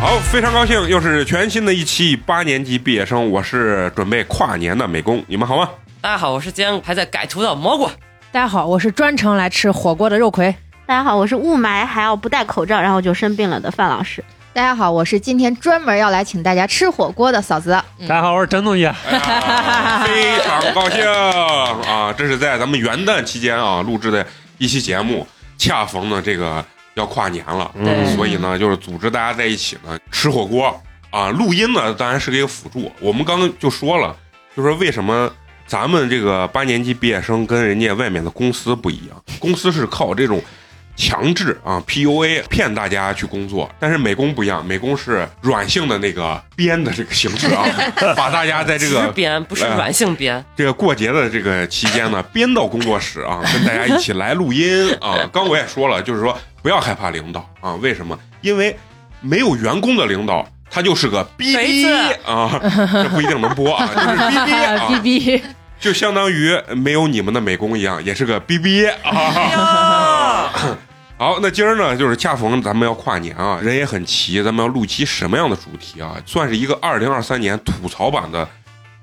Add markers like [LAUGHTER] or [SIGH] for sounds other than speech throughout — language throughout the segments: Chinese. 好，非常高兴，又是全新的一期八年级毕业生，我是准备跨年的美工，你们好吗？大家好，我是今天还在改图的蘑菇。大家好，我是专程来吃火锅的肉葵。大家好，我是雾霾还要不戴口罩，然后就生病了的范老师。大家好，我是今天专门要来请大家吃火锅的嫂子。大家好，我是张东爷。哎 [LAUGHS] 呀非常高兴啊！这是在咱们元旦期间啊录制的一期节目，恰逢呢这个要跨年了，对所以呢就是组织大家在一起呢吃火锅啊。录音呢当然是给个辅助，我们刚刚就说了，就说为什么。咱们这个八年级毕业生跟人家外面的公司不一 [LAUGHS] 样，公司是靠这种强制啊 PUA 骗大家去工作，但是美工不一样，美工是软性的那个编的这个形式 [LAUGHS] 啊，把大家在这个直编不是软性编，这个过节的这个期间呢，编到工作室啊，跟大家一起来录音啊。刚我也说了，就是说不要害怕领导啊，为什么？因为没有员工的领导，他就是个逼肥逼子啊，这不一定能播啊，就是逼逼 [LAUGHS] 哔啊，哔，就相当于没有你们的美工一样，也是个逼逼啊。 [LAUGHS] 好，那今儿呢，就是恰逢咱们要跨年啊，人也很齐，咱们要录一期什么样的主题啊？算是一个二零二三年吐槽版的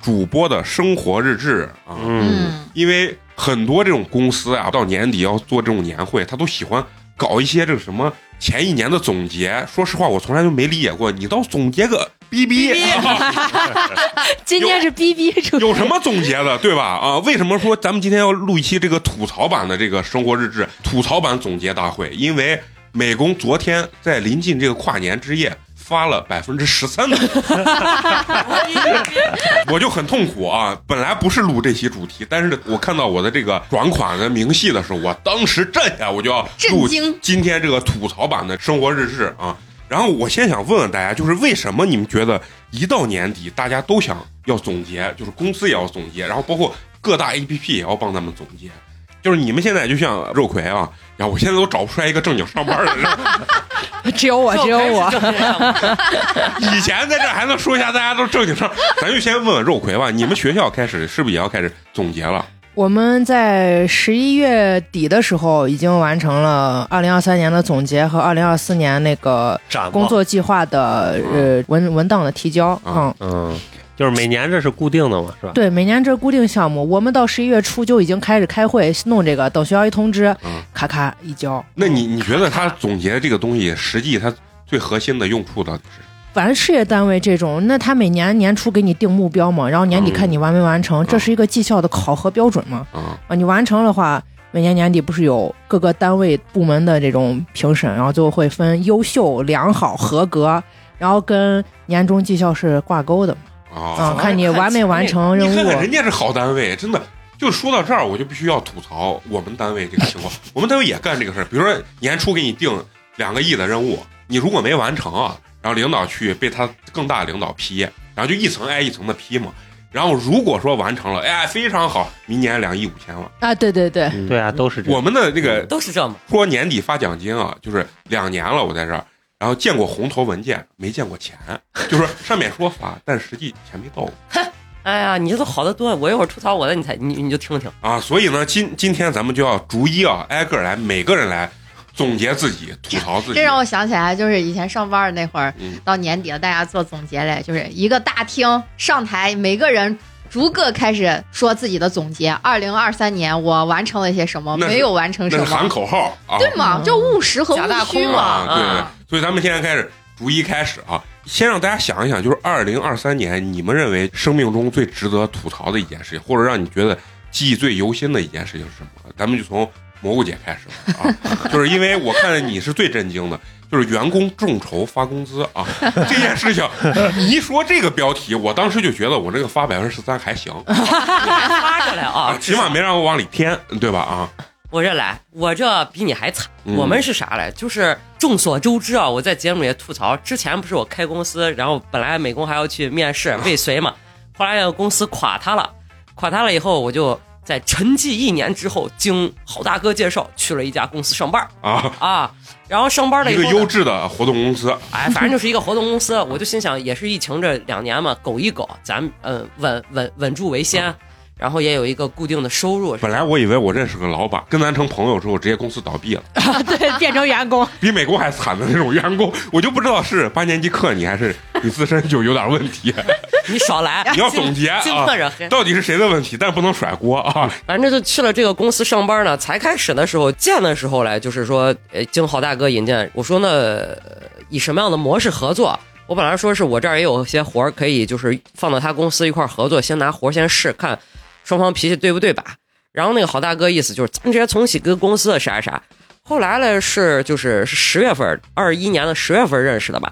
主播的生活日志啊。嗯，因为很多这种公司啊，到年底要做这种年会，他都喜欢搞一些这个什么前一年的总结。说实话，我从来就没理解过，你倒总结个逼逼，今天是哔哔主有什么总结的，对吧？啊，为什么说咱们今天要录一期这个吐槽版的这个生活日志吐槽版总结大会？因为美工昨天在临近这个跨年之夜。发了百分之十三的， [LAUGHS] 我就很痛苦啊！本来不是录这期主题，但是我看到我的这个转款的明细的时候，我当时站下我就要录震惊今天这个吐槽版的生活日志啊。然后我先想问问大家，就是为什么你们觉得一到年底大家都想要总结，就是公司也要总结，然后包括各大 APP 也要帮咱们总结。就是你们现在就像肉葵啊，然后我现在都找不出来一个正经上班的人。 [LAUGHS] 只有我，只有我。就开始这样了 [LAUGHS] 以前在这还能说一下大家都正经事儿，咱就先问问肉葵吧。你们学校开始是不是也要开始总结了？我们在十一月底的时候已经完成了二零二三年的总结和二零二四年那个展望啊工作计划的呃文文档的提交。啊嗯，嗯，就是每年这是固定的嘛，是吧？对，每年这固定项目，我们到十一月初就已经开始开会弄这个，等学校一通知啊嗯，咔咔一交。那你你觉得他总结这个东西，实际它最核心的用处到底是什么？反正事业单位这种，那他每年年初给你定目标嘛，然后嗯年底看你完没完成，这是一个绩效的考核标准嘛。啊、啊，你完成的话，每年年底不是有各个单位部门的这种评审，然后就会分优秀、良好、合格，然后跟年终绩效是挂钩的嘛。啊！啊，看你完没完成任你看看务人。家是好单位，真的。就说到这儿，我就必须要吐槽我们单位这个情 [LAUGHS] 况。我们单位也干这个事儿，比如说年初给你定两个亿的任务，你如果没完成啊，然后领导去被他更大的领导批，然后就一层挨一层的批嘛。然后如果说完成了，哎呀，非常好，明年两亿五千万。啊，对对嗯对，对啊，都是这样。我们的那个嗯都是这么。说年底发奖金啊，就是两年了，我在这儿，然后见过红头文件，没见过钱，就是上面说发，但实际钱没到过。哎呀，你这都好得多，我一会儿吐槽我的，你才你你就听听。啊，所以呢，今今天咱们就要逐一啊，挨个儿来，每个人来总结自己，吐槽自己。这让我想起来，就是以前上班的那会儿，嗯到年底了，大家做总结嘞，就是一个大厅上台，每个人逐个开始说自己的总结。二零二三年我完成了些什么，那是没有完成那什是喊么，口号啊，对吗？就务实和假大务虚空嘛。啊，对对啊所以咱们现在开始逐一开始啊，先让大家想一想，就是二零二三年你们认为生命中最值得吐槽的一件事情，或者让你觉得记忆最犹新的一件事情是什么？咱们就从蘑菇姐开始吧啊， [LAUGHS] 就是因为我看你是最震惊的。就是员工众筹发工资啊，这件事情，你一说这个标题，我当时就觉得我这个发百分之十三还行，哎发下来 [LAUGHS] 啊啊，，起码没让我往里添，对吧？啊，我这来，我这比你还惨。嗯我们是啥嘞？就是众所周知啊，我在节目里也吐槽，之前不是我开公司，然后本来美工还要去 [LAUGHS] 面试未遂嘛，后来那个公司垮塌了，垮塌了以后，我就在沉寂一年之后，经好大哥介绍去了一家公司上班啊，啊，然后上班了一以个后呢优质的活动公司，哎，反正就是一个活动公呃司，我就心想，也是疫情这两年嘛，苟一苟，咱嗯稳稳稳住为先。然后也有一个固定的收入。本来我以为我认识个老板，跟咱成朋友之后，直接公司倒闭了， [LAUGHS] 对，变成员工，比美工还惨的那种员工，我就不知道是八年级课你还是你自身就有点问 [LAUGHS] 题，你少来， [LAUGHS] 你要总 [LAUGHS] 结啊金客人嗯黑。到底是谁的问题？但不能甩锅啊！反正就去了这个公司上班呢，才开始的时候见的时候嘞，就是说，呃，经郝大哥引荐，我说那呃以什么样的模式合作？我本来说是我这儿也有些活儿可以，就是放到他公司一块儿合作，先拿活儿先试看，双方脾气对不对吧？然后那个郝大哥意思就是，咱们直接重启跟公司的啥啥。后来嘞是就是是十月份，二一年的十月份认识的吧？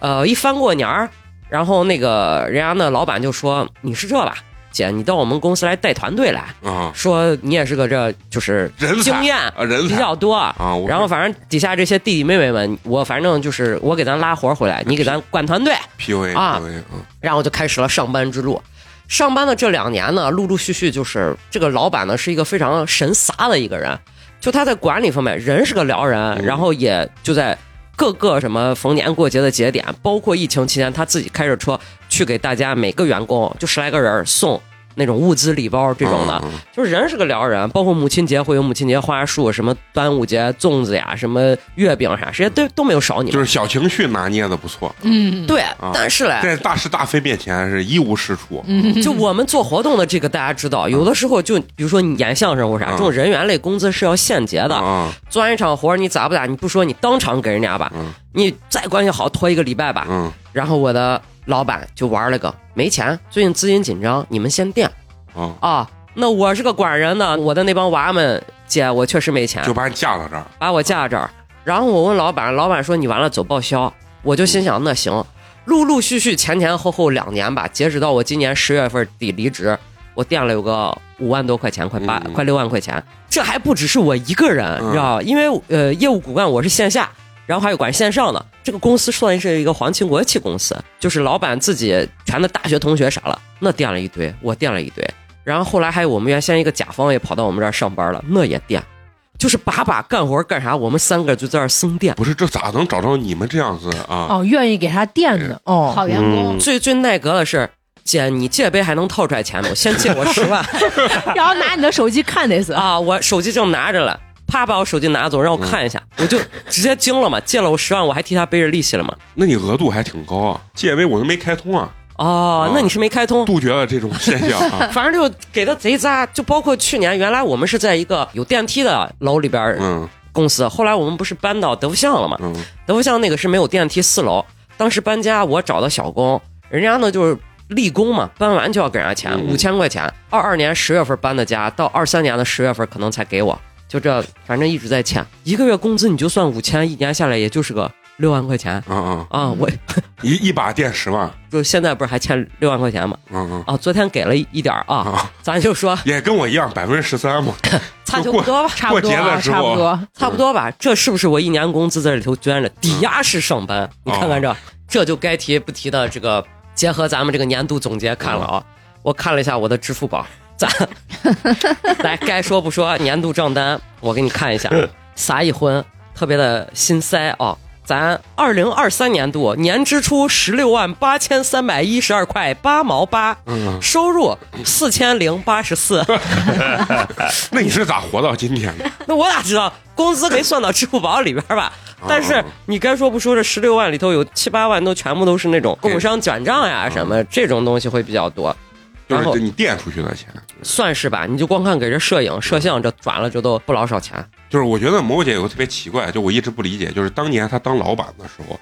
呃，一翻过年儿，然后那个人家那老板就说：“你是这吧，姐，你到我们公司来带团队来。”啊，说你也是个这就是人才经验啊，人比才较多。啊，我然后反正底下这些弟弟妹妹们，我反正就是我给咱拉活儿回来，你给咱管团队， PUA 啊 PUA 嗯然后就开始了上班之路。上班的这两年呢，陆陆续续就是这个老板呢是一个非常神撒的一个人，就他在管理方面人是个撩人，嗯然后也就在各个什么逢年过节的节点，包括疫情期间，他自己开着车去给大家每个员工就十来个人儿送那种物资礼包这种的，嗯嗯就是人是个撩人，包括母亲节会有母亲节花束，什么端午节粽子呀，什么月饼啥，谁都都没有少你就们。是小情绪拿捏的不错，嗯，对，啊但是嘞，嗯在大是大非面前是一无是处。就我们做活动的这个大家知道，有的时候就比如说你演相声或啥，嗯这种人员类工资是要现结的。啊，做完一场活儿你咋不咋？你不说你当场给人家吧嗯，你再关系好拖一个礼拜吧。嗯然后我的老板就玩了个没钱，最近资金紧张，你们先垫啊，啊。那我是个管人的，我的那帮娃们，姐，我确实没钱，就把你架到这儿，把我架这儿。然后我问老板，老板说你完了走报销，我就心想那行，陆陆续续前前后后两年吧，截止到我今年十月份底离职，我垫了有个五万多块钱，快八、嗯快六万块钱，这还不只是我一个人，嗯你知道吧因为呃业务骨干我是线下。然后还有管线上的，这个公司算是一个皇亲国戚公司，就是老板自己全的大学同学啥了，那垫了一堆，我垫了一堆。然后后来还有我们原先一个甲方也跑到我们这儿上班了，那也垫，就是把把干活干啥，我们三个就在这儿生垫。不是这咋能找着你们这样子啊？哦，愿意给他垫的哦，好员工，嗯最最耐格的是，姐，你借呗还能套出来钱吗？先借我十万 [LAUGHS] 然后拿你的手机看得是啊，啊！我手机正拿着了，啪把我手机拿走，让我嗯看一下，我就直接惊了嘛，借了我十万，我还替他背着利息了嘛。那你额度还挺高啊，借呗我都没开通啊，哦啊，那你是没开通。。杜绝了这种现象啊 [LAUGHS] 反正就给的贼渣，就包括去年，原来我们是在一个有电梯的楼里边儿嗯公司，后来我们不是搬到德福巷了嘛，嗯，德福巷那个是没有电梯，四楼。当时搬家，我找的小工，人家呢就是立工嘛，搬完就要给人家钱，嗯五千块钱。二二年十月份搬的家，到二三年的十月份可能才给我，就这，反正一直在欠。一个月工资你就算五千，一年下来也就是个六万块钱嗯嗯，啊！我 [LAUGHS] 一一把垫十万，就现在不是还欠六万块钱嘛？嗯嗯啊，昨天给了一点儿啊，啊，咱就说也跟我一样百分之十三嘛。 [LAUGHS] 差就不多吧，差不过多节啊，的时候差不多。差不多吧。这是不是我一年工资在这里头捐着？抵押式上哦班，你看看这，这就该提不提的这个，结合咱们这个年度总结看了啊。嗯我看了一下我的支付宝，咱 [LAUGHS] 来该说不说年度账单，我给你看一下，嗯撒一荤，特别的心塞啊。咱二零二三年度年支出十六万八千三百一十二块八毛八，嗯，收入四千零八十四。 [LAUGHS] 那你是咋活到今天的？ [LAUGHS] 那我哪知道工资没算到支付宝里边吧？哦但是你该说不说，这十六万里头有七八万都全部都是那种工商转账呀什么这种东西会比较多，嗯就然后是你垫出去的钱，算是吧？你就光看给这摄影、摄像这转了，这都不老少钱。就是我觉得某姐有个特别奇怪，就我一直不理解，就是当年她当老板的时候，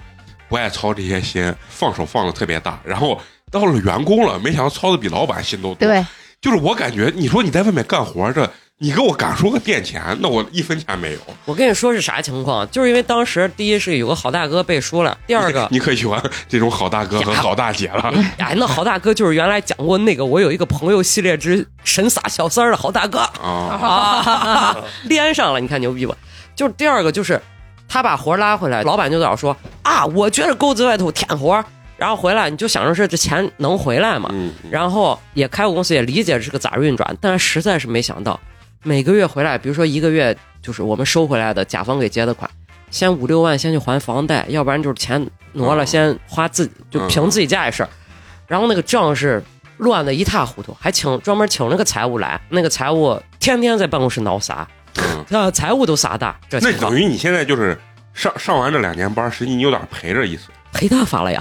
不爱操这些心，放手放的特别大，然后到了员工了，没想到操的比老板心都多。 [LAUGHS] 对，就是我感觉，你说你在外面干活这，你给我敢说个垫钱，那我一分钱没有。我跟你说是啥情况？就是因为当时第一是有个好大哥背书了，第二个你可喜欢这种好大哥和好大姐了。哎，那好大哥就是原来讲过那个我有一个朋友系列之神撒小三儿的好大哥，啊，啊，连上了，你看牛逼不？就是第二个就是他把活儿拉回来，老板就老说啊，我觉着沟子外头舔活儿，然后回来你就想着是这钱能回来嘛，嗯，嗯然后也开过公司，也理解这个咋运转，但是实在是没想到，每个月回来，比如说一个月就是我们收回来的甲方给结的款，先五六万先去还房贷，要不然就是钱挪了嗯先花自就嗯凭自己家里事儿，然后那个账是乱的一塌糊涂，还请专门请了个财务来，那个财务天天在办公室挠啥，嗯， [LAUGHS] 这财务都傻大，这那情况等于你现在就是上上完这两年班，实际你有点陪着意思。赔大发 [LAUGHS] 了呀！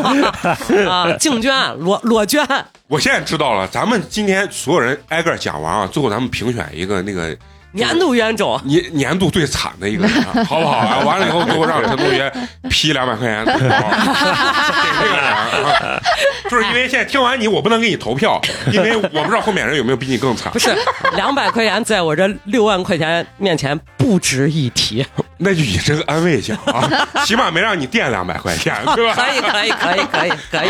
[LAUGHS] 啊，净捐裸裸捐，我现在知道了，咱们今天所有人挨个儿讲完啊，最后咱们评选一个那个年度冤种，年年度最惨的一个人，好不好啊？完了以后，最后让陈同学批两百块 [LAUGHS] 钱投票给这个人啊，就是因为现在听完你，我不能给你投票，因为我不知道后面人有没有比你更惨不。是两百块钱，在我这六万块钱面前不值一提。 [LAUGHS] 那就以这个安慰一下 [LAUGHS] 啊，起码没让你垫两百块钱，对吧？可以，可以，可以，可以，可 [LAUGHS] 以，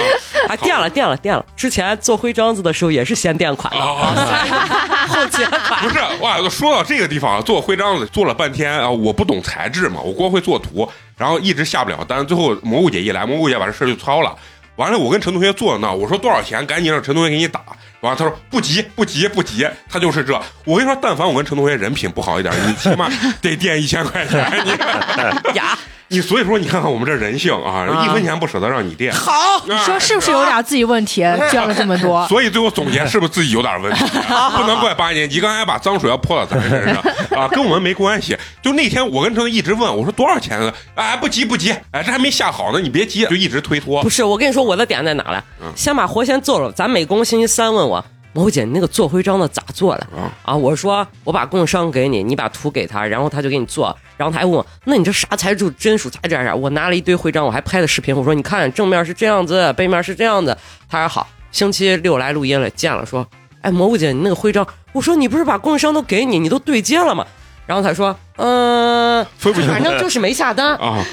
还垫了，垫了，垫了。之前做徽章子的时候也是先垫款的，啊，后结 [LAUGHS] 不款。是哇！说到这个地方，啊做徽章做了半天啊，我不懂材质嘛，我光会做图，然后一直下不了单。最后蘑菇姐一来，蘑菇姐把这事儿就操了。完了，我跟陈同学坐那，我说多少钱，赶紧让陈同学给你打。完了，他说不急，不急，不急，他就是这。我跟你说，但凡我跟陈同学人品不好一点，你起码得垫一千块钱。你呀， [LAUGHS] 你所以说，你看看我们这人性啊，啊一分钱不舍得让你垫。好，你你说是不是有点自己问题？捐了这么多，哎所以最后总结是不是自己有点问题？啊不能怪八年级，刚才把脏水要泼到咱身上啊，跟我们没关系。就那天我跟程一直问我说多少钱呢？哎，不急不急，哎，这还没下好呢，你别急，就一直推脱不。是，我跟你说我的点在哪儿了？嗯先把活先做了。咱美工星期三问我，蘑菇姐，你那个做徽章的咋做的嗯？啊，我说我把供应商给你，你把图给他，然后他就给你做。然后他还问我，那你这啥材质？真属材质还是啥？啊我拿了一堆徽章，我还拍了视频。我说你看，正面是这样子，背面是这样子。他说好，星期六来录音了，见了说，哎，蘑菇姐，你那个徽章，我说你不是把供应商都给你，你都对接了吗？然后他说，嗯、分不清反正就是没下单。啊，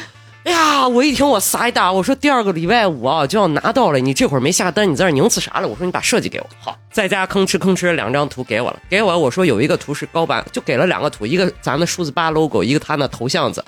哎呀，我一听我撒一大，我说第二个礼拜五啊就要拿到了，你这会儿没下单，你在这儿拧次啥了？我说你把设计给我，好，在家吭哧吭哧两张图给我了，给我我说有一个图是高版，就给了两个图，一个咱们数字八 logo，一个他那头像子。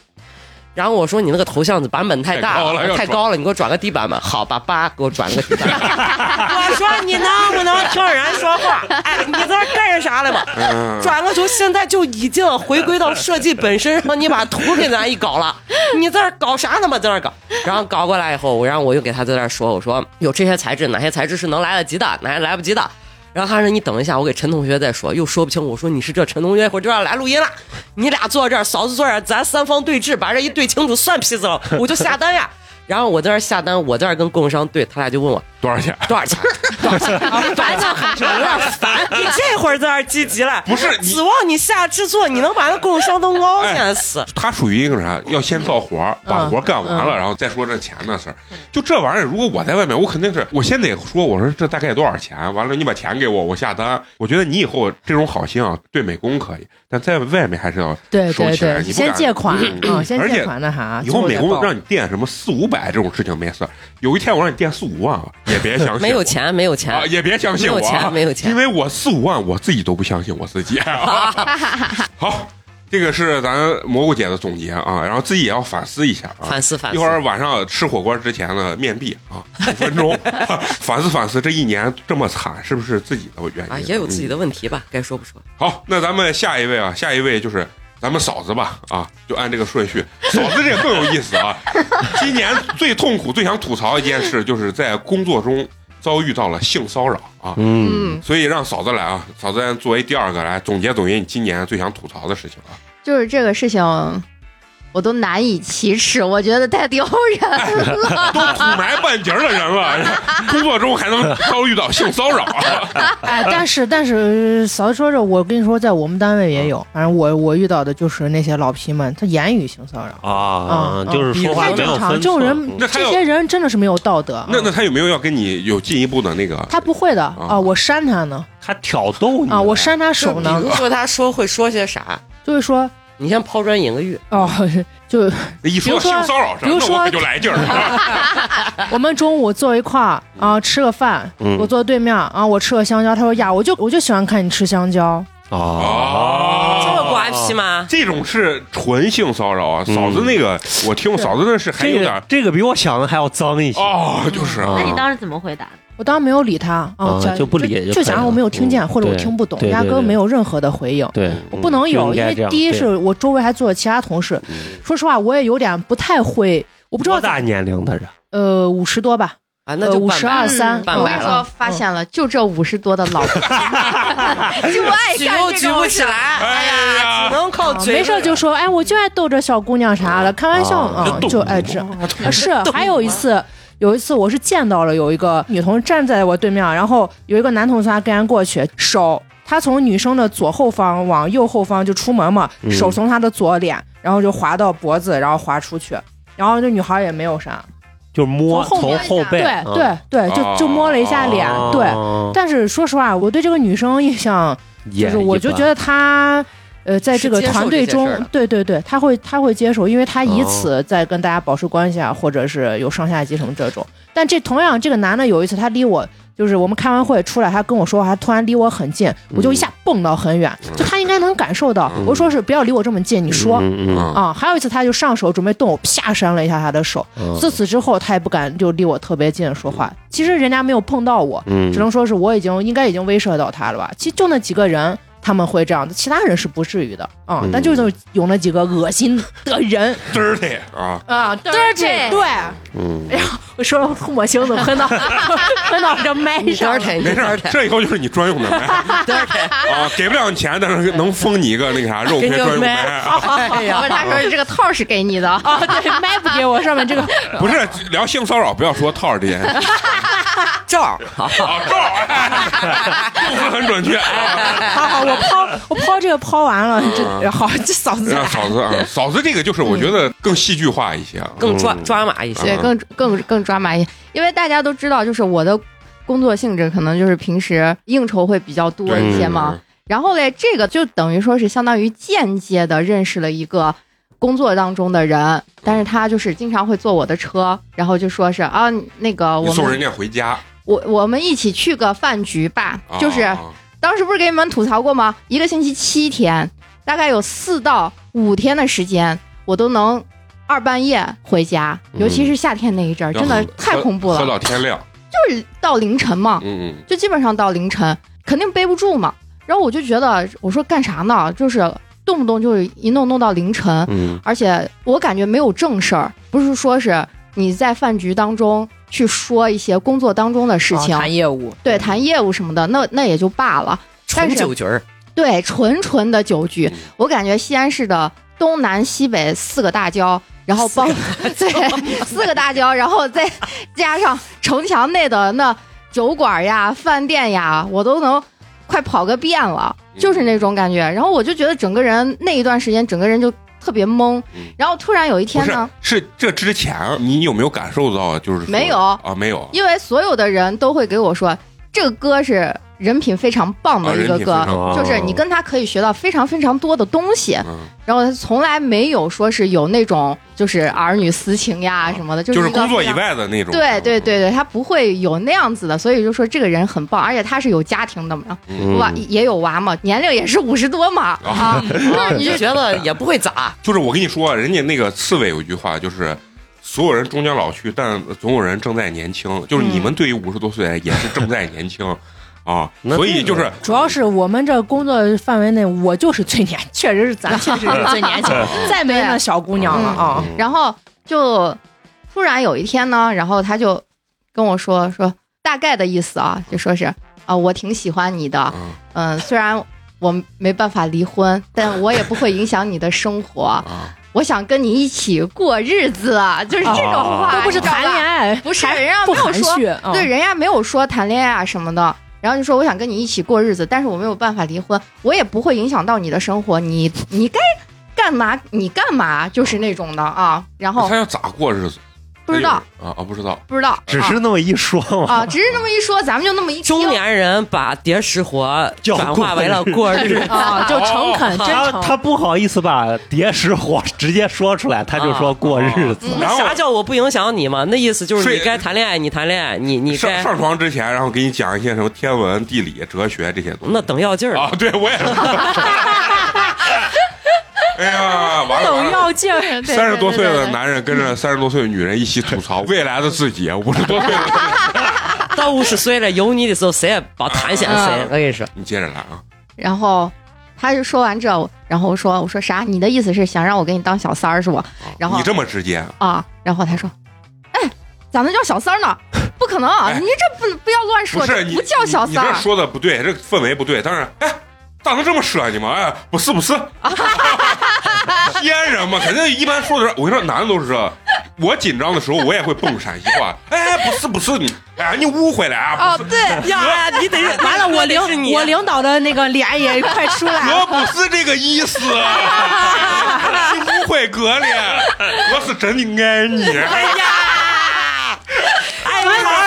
然后我说你那个头像子版本太大太高了要太高了，你给我转个低版本。好，把八给我转了个低版本。我说你能不能听人说话？哎，你在这儿干啥来吧？嗯，转个球，现在就已经回归到设计本身上。你把图给咱一搞了， [LAUGHS] 你在这儿搞啥呢嘛？在那儿搞，然后搞过来以后，我然后我又给他在那儿说，我说有这些材质，哪些材质是能来得及的，哪些来不及的。然后他说你等一下，我给陈同学再说，又说不清。我说你是这陈同学一会儿就要来录音了，你俩坐这儿，嫂子坐这儿，咱三方对峙，把这一对清楚，算皮子了，我就下单呀。然后我在这儿下单，我在这儿跟供应商对，他俩就问我多少钱？多 [LAUGHS] 少钱？烦就很有点烦。你这会儿在那儿积极了，不是你指望你下制作，你能把那供应商都凹进来死？哎他属于一个啥？要先造活儿，把嗯活儿干完了，然后再说这钱的事儿。就这玩意儿，如果我在外面，我肯定是我先得说，我说这大概多少钱？完了，你把钱给我，我下单。我觉得你以后这种好心啊，对美工可以，但在外面还是要对收对起来对，你不先敢借款嗯啊，先而且借款那啥，以后美最工再报让你垫什么四五百这种事情没事儿，有一天我让你垫四五万啊，也别相信我，没有钱，没有啊，钱，也别相信我啊，没有钱没有钱因为我四五万我自己都不相信我自己。啊 [LAUGHS] 好，这个是咱蘑菇姐的总结啊，然后自己也要反思一下啊。反思反一思会。儿晚上吃火锅之前呢，面壁啊，五分 [LAUGHS] 钟，反思反思这一年这么惨，是不是自己的原因啊，也有自己的。的问题吧，该说不说。好，那咱们下一位啊，下一位就是咱们嫂子吧，啊，就按这个顺序。嫂子这个更有意思 [LAUGHS] 啊，今年最痛苦、最想吐槽一件事，就是在工作中遭遇到了性骚扰啊，嗯，嗯，所以让嫂子来啊，嫂子作为第二个来总结总结你今年最想吐槽的事 [LAUGHS] 情啊。就是这个事情，我都难以启齿，我觉得太丢 [LAUGHS] 人了。都土埋半截儿的人了，工作中还能遭遇到性骚扰啊？哎，但是但是，嫂子说这，我跟你说，在我们单位也有，反正我我遇到的就是那些老皮们，他言语性骚扰，啊，嗯就是说话太没有正分常，寸。这种人那他啊这有些人真的是没有道德。那那他有没有要跟你有进一步的那个？他不会的啊，我扇他呢还挑逗你啊，我删扇他手呢，比如说他说会说些啥，就是说你先抛砖引个玉，哦，就那一说比性如说骚扰上，比如那说我可就来劲儿了。我们中午坐一块儿啊，吃个饭，嗯我坐对面啊，我吃个香蕉，他说呀，我就我就喜欢看你吃香蕉，啊，这么瓜皮？吗？这种是纯性骚扰啊，嗯嫂子那个，我听嫂子那是还有这点个这个比我想的还要脏一些。哦，就是啊那你嗯当时怎么回答的？我当时没有理他啊啊，假就不理就就可以假了如我没有听见嗯或者我对听不懂对，对压根儿对嗯没有任何的回应。对，我不能有，因为第一是我周围还坐着其他同事。说实话，我也有点不太会，不我不知道多大年龄的人呃五十多吧，啊，那就五半十百二了三，嗯半我百跟你了说，发现了，就这五十多的老 [LAUGHS] 婆，就爱举又干举这不种起事来，儿。哎哎呀呀，只能靠啊嘴。没事儿就说，哎，我就爱逗着小姑娘啥的，开玩笑啊啊，逗就你爱妈 [LAUGHS] 这。啊是，还有一次，有一次我是见到了有一个女同事站在我对面，然后有一个男同学跟人过去，手他从女生的左后方往右后方就出门嘛，嗯手从她的左脸，然后就滑到脖子，然后滑出去。然后那女孩也没有啥，就是摸从后从面后背，对啊对对，就就摸了一下脸，对。啊但是说实话，我对这个女生印象就也是，我就觉得她，呃，在这个是接受团队这件中事儿的，对对对，她会她会接受，因为她以哦此在跟大家保持关系啊，或者是有上下级什么这种。但这同样，这个男的有一次他离我，就是我们开完会出来，他跟我说话，他突然离我很近，我嗯就一下蹦到很远，就他应该能感受到。我说是不要离我这么近，你说。嗯嗯啊，还有一次，他就上手准备动我，啪扇了一下他的手。嗯自此之后，他也不敢就离我特别近说话。其实人家没有碰到我，嗯，只能说是我已经应该已经威慑到他了吧。其实就那几个人他们会这样子，其他人是不至于的啊、嗯但就是有那几个恶心 [LAUGHS] 的人 dirty 啊，啊，dirty 对，嗯 [LAUGHS] 我说了吐沫星子喷 [LAUGHS] 到喷到我这麦上了。 dirty，哎没事儿， dirty，dirty，这以后就是你专用的麦 [LAUGHS] 啊，给不了你钱，但是能封你一个那个啥肉片专用麦啊。哎然后呀，他说这个套是给你的，啊，对，麦不给我，上面这个 [LAUGHS] 不是聊性骚扰，不要说套儿这件事照儿好啊，照儿哎用词很准确哎啊。好好，我抛我抛这个抛完了，嗯这好这嫂子让嫂子啊，嫂子这个就是我觉得更戏剧化一些嗯啊，嗯嗯更抓抓马一些。对，更更更抓马一些，因为大家都知道，就是我的工作性质可能就是平时应酬会比较多对一些嗯嘛。？然后嘞，这个就等于说是相当于间接的认识了一个工作当中的人，但是他就是经常会坐我的车，然后就说是啊，那个你我送人们家回家，我我们一起去个饭局吧，啊就是啊当时不是给你们吐槽过吗？一个星期七天，大概有四到五天的时间，我都能二半夜回家，嗯尤其是夏天那一阵儿，要真的喝太恐怖喝到了，天亮，就是到凌晨嘛，嗯嗯。就基本上到凌晨，肯定背不住嘛。然后我就觉得，我说干啥呢？就是动不动就是一弄弄到凌晨，嗯而且我感觉没有正事儿，不是说是你在饭局当中去说一些工作当中的事情，谈业务，对，谈业务什么的，那那也就罢了。但纯是酒局儿，对，纯纯的酒局嗯。我感觉西安市的东南西北四个大郊，然后包 [LAUGHS] 对四个大郊，然后再加上城墙内的那酒馆呀、饭店呀，我都能快跑个遍了，嗯就是那种感觉。然后我就觉得整个人那一段时间，整个人就特别懵嗯。然后突然有一不天是呢，，是这之前你有没有感受到？就是说没有啊，没有因为所有的人都会给我说，这个歌是人品非常棒啊的一人个品歌，非常好就是你跟他可以学到非常非常多的东西。嗯然后他从来没有说是有那种就是儿女私情呀什么的，嗯就是一个工作非以常。外的那种。对对对对，他不会有那样子的，所以就说这个人很棒，而且他是有家庭的嘛，嗯，娃、也有娃嘛，年龄也是五十 [LAUGHS] 多嘛啊啊，你就觉得也不会咋，就是我跟你说，啊人家那个刺猬有一句话，就是所有人终将老去，但总有人正在年轻。就是你们对于五十多岁也是正在年轻啊，那所以这就个嗯是主要是我们这工作范围内，我就是最年，确实是咱确实 [LAUGHS] 是最年轻，再没那小姑娘了啊。嗯然后就突然有一天呢，然后他就跟我说说大概的意思啊，就说是啊，我挺喜欢你的，嗯嗯，虽然我没办法离婚，但我也不会影响你的生活， [LAUGHS] 啊，我想跟你一起过日子，啊就是这种哦话，都不是你知道吧谈恋，爱，不是人家不没有含说，蓄啊。对，人家没有说谈恋爱啊什么的。然后就说我想跟你一起过日子，但是我没有办法离婚，我也不会影响到你的生活，你你该干嘛你干嘛，就是那种的啊。然后他要咋过日子？不知道啊啊，不知道。不知道，只是那么一说嘛，啊啊，只是这么一说，咱们就那么一听中年人把叠石活叫转化为了过 [LAUGHS] 日子。啊，就诚恳，哦真他诚。他不好意思把叠石火直接说出来，他就说过日子。然那后啥叫我不影响你嘛？那意思就是睡你该谈恋爱，你谈恋爱，你你上该上床之前，然后给你讲一些什么天文、地理、哲学这些东西。那等要劲儿啊，对我也是。哎呀，完了完等了！要劲儿， [LAUGHS] 对三十多岁对对的对男人跟着三十多岁的女人一起吐槽未来的自己，啊五十多岁的到五十岁了，有你的时候，谁也别谈嗯显谁。我跟你说，你接着来啊！嗯然后他就说完这，然后我说我说啥？你的意思是想让我给你当小三儿是不？啊然后你这么直接，啊，然后他说，哎，咋能叫小三儿呢？不可能，哎你这不不要乱不说，是这你不叫小你三这儿。啊说的不对，这氛围不对。当然，哎，咋能这么说你们？哎，不是不 [LAUGHS] 是，天人嘛，肯定一般说的是，我跟你说，男的都是这。我紧张的时候，我也会蹦陕西话。哎，不是不是，你哎，你误会了啊！哦不是，对， [LAUGHS] 呀，你得完了，我领是你啊我领导的那个脸哎 [LAUGHS] 也快出来了。哎我不是这个意思，是误会哥了，我是真的爱你。哎呀，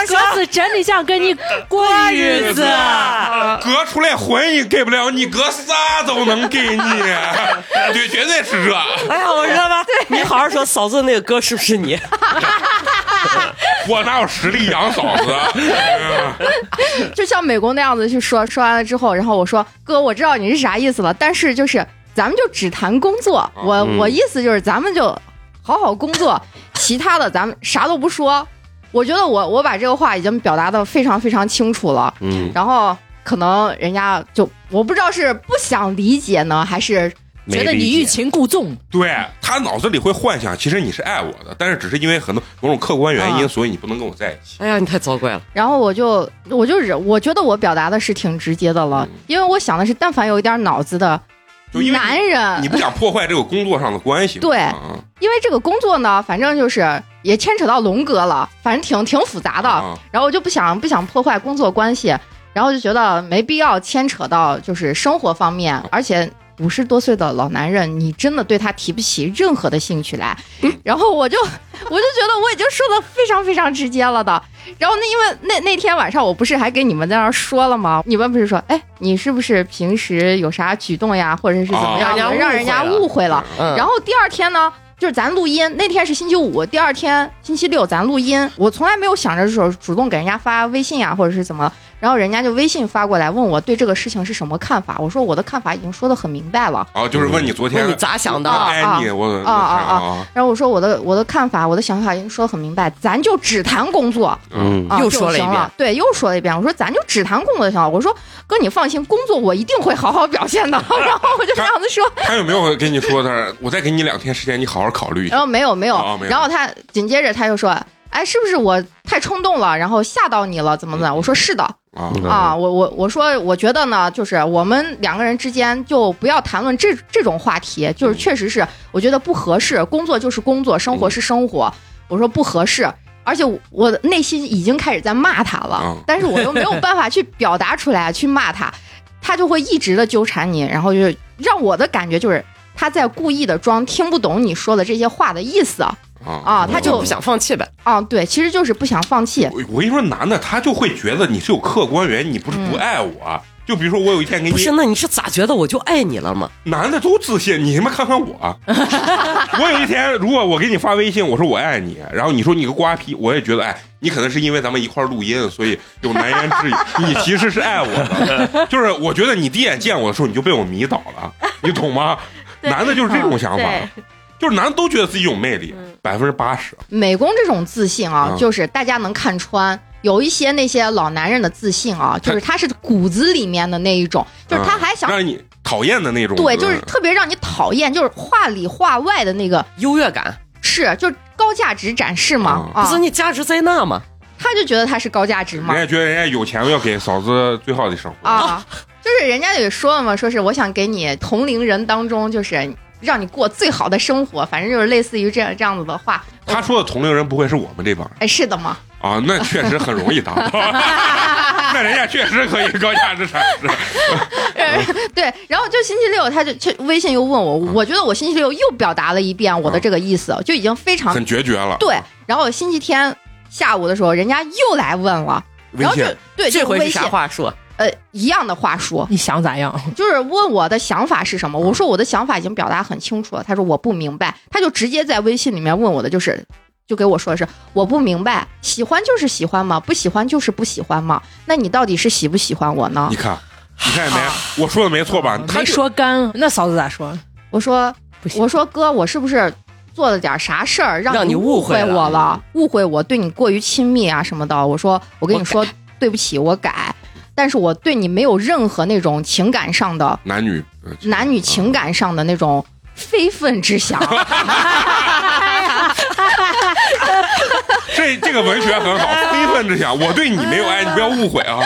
哥子真的想跟你过日子。啊 [LAUGHS] 哥出来婚也给不了你，哥啥都能给你，对，绝对是这。哎呀，我知道吧？ [LAUGHS] 你好好说，嫂子那个歌是不是你？ [LAUGHS] 我哪有实力养嫂子？嗯 [LAUGHS] 就像美工那样子去说，说完了之后，然后我说哥，我知道你是啥意思了，但是就是咱们就只谈工作，我、嗯我意思就是咱们就好好工作，其他的咱们啥都不说。我觉得我我把这个话已经表达的非常非常清楚了，嗯，然后可能人家就我不知道是不想理解呢，还是没理解情故纵， [LAUGHS] 对他脑子里会幻想，其实你是爱我的，但是只是因为很多某种客观原因，所以你不能跟我在一起。啊哎呀，你太糟怪了。然后我就我就忍，我觉得我表达的是挺直接的了，嗯因为我想的是，但凡有一点脑子的就因为男人，你不想破坏这个工作上的关系嘛，啊对啊因为这个工作呢，反正就是也牵扯到龙哥了，反正挺挺复杂的。啊然后我就不想不想破坏工作关系，然后就觉得没必要牵扯到就是生活方面，而且。五十多岁的老男人，你真的对他提不起任何的兴趣来，然后我就 [LAUGHS] 我就觉得我已经说的非常非常直接了的。然后那因为那那天晚上我不是还给你们在那儿说了吗？你们不是说，哎，你是不是平时有啥举动呀，或者是怎么样，哦啊让人家误会了？嗯，然哦后第二天呢，就是咱录音，那天是星期五，第二天星期六咱录音，我从来没有想着说主动给人家发微信啊呀、或者是怎么，然后人家就微信发过来问我对这个事情是什么看法，我说我的看法已经说的很明白了，啊，就是问你昨天问你咋想的我爱嗯哎你，我啊啊啊啊然后我说我的我的看法，我的想法已经说的很明白，咱就只谈工作，嗯，啊、又就说了一行遍对，又说了一遍。我说咱就只谈工作就行了。我说哥，你放心，工作我一定会好好表 [LAUGHS] 现的。然后我就这样子说，他有没有跟你说的？我再给你两天时间，你好好考虑一下。然后没有没有，哦没有然后他紧接着他就说，哎，是不是我太冲动了，然后吓到你了，怎么嗯怎么样？我说是的啊嗯啊，我我我说我觉得呢，就是我们两个人之间就不要谈论这这种话题，嗯就是确实是我觉得不合适，工作就是工作，生活是生活，我说不合适。而且我我的内心已经开始在骂他了，嗯但是我又没有办法去表达出来去骂他，他就会一直的纠缠你，然后就是让我的感觉就是他在故意的装听不懂你说的这些话的意思啊啊，他就不想放弃呗。啊，对，其实就是不想放弃。我我跟你说，男的他就会觉得你是有客观原因，你不是不爱我。啊就比如说，我有一天给你嗯不是，那你是咋觉得我就爱你了吗？男的都自信，你他妈看看 [LAUGHS] 我。啊我有一天，如果我给你发微信，我说我爱你，然后你说你个瓜皮，我也觉得，哎，你可能是因为咱们一块儿录音，所以有难言之隐。你其实是爱我 [LAUGHS] 的，就是我觉得你第一眼见我的时候，你就被我迷倒了，你懂 [LAUGHS] 吗？对男的就是这种想法，哦对，就是男的都觉得自己有魅力嗯，百分之八十。美工这种自信啊，嗯就是大家能看穿。有一些那些老男人的自信啊，就是他是啊骨子里面的那一种，就是他还想、啊让你讨厌的那种。嗯对，就是特别让你讨厌，就是话里话外的那个优越感，是，就是高价值展示嘛、不啊是，你价值在那吗？他就觉得他是高价值嘛人家觉得人家有钱要给嫂子最好的生活。啊，就是人家也说了嘛，说是我想给你同龄人当中，就是让你过最好的生活，反正就是类似于这样这样子的话，他说的同龄人不会是我们这帮人哎，是的嘛，啊？那确实很容易达到， [LAUGHS] 那人家确实可以高价值产值。 [LAUGHS] 对，然后就星期六，他就去微信又问我，嗯我觉得我星期六又表达了一遍我的这个意思，就已经非常很决绝了。对。然后星期天下午的时候，人家又来问了，微然后就信对这就回微是信啥话说？呃一样的话说，你想咋样？就是问我的想法是什嗯么。我说我的想法已经表达很清楚了，他说我不明白，他就直接在微信里面问我的就是。就给我说的是我不明白，喜欢就是喜欢嘛，不喜欢就是不喜欢嘛。那你到底是喜不喜欢我呢你？看，你看见没？我说的没错吧？他没就说干，那嫂子咋说？啊我说不行我说哥，我是不是做了点啥事儿让你你误会会了我了？误会我对你过于亲密啊什么的。我说我跟你说对不起，我改，但是我对你没有任何那种情感上的男女呃男女情感上的那种非分之想。 [LAUGHS] 哎这这个文学很好，非愤之想，我对你没有爱，你不要误会啊。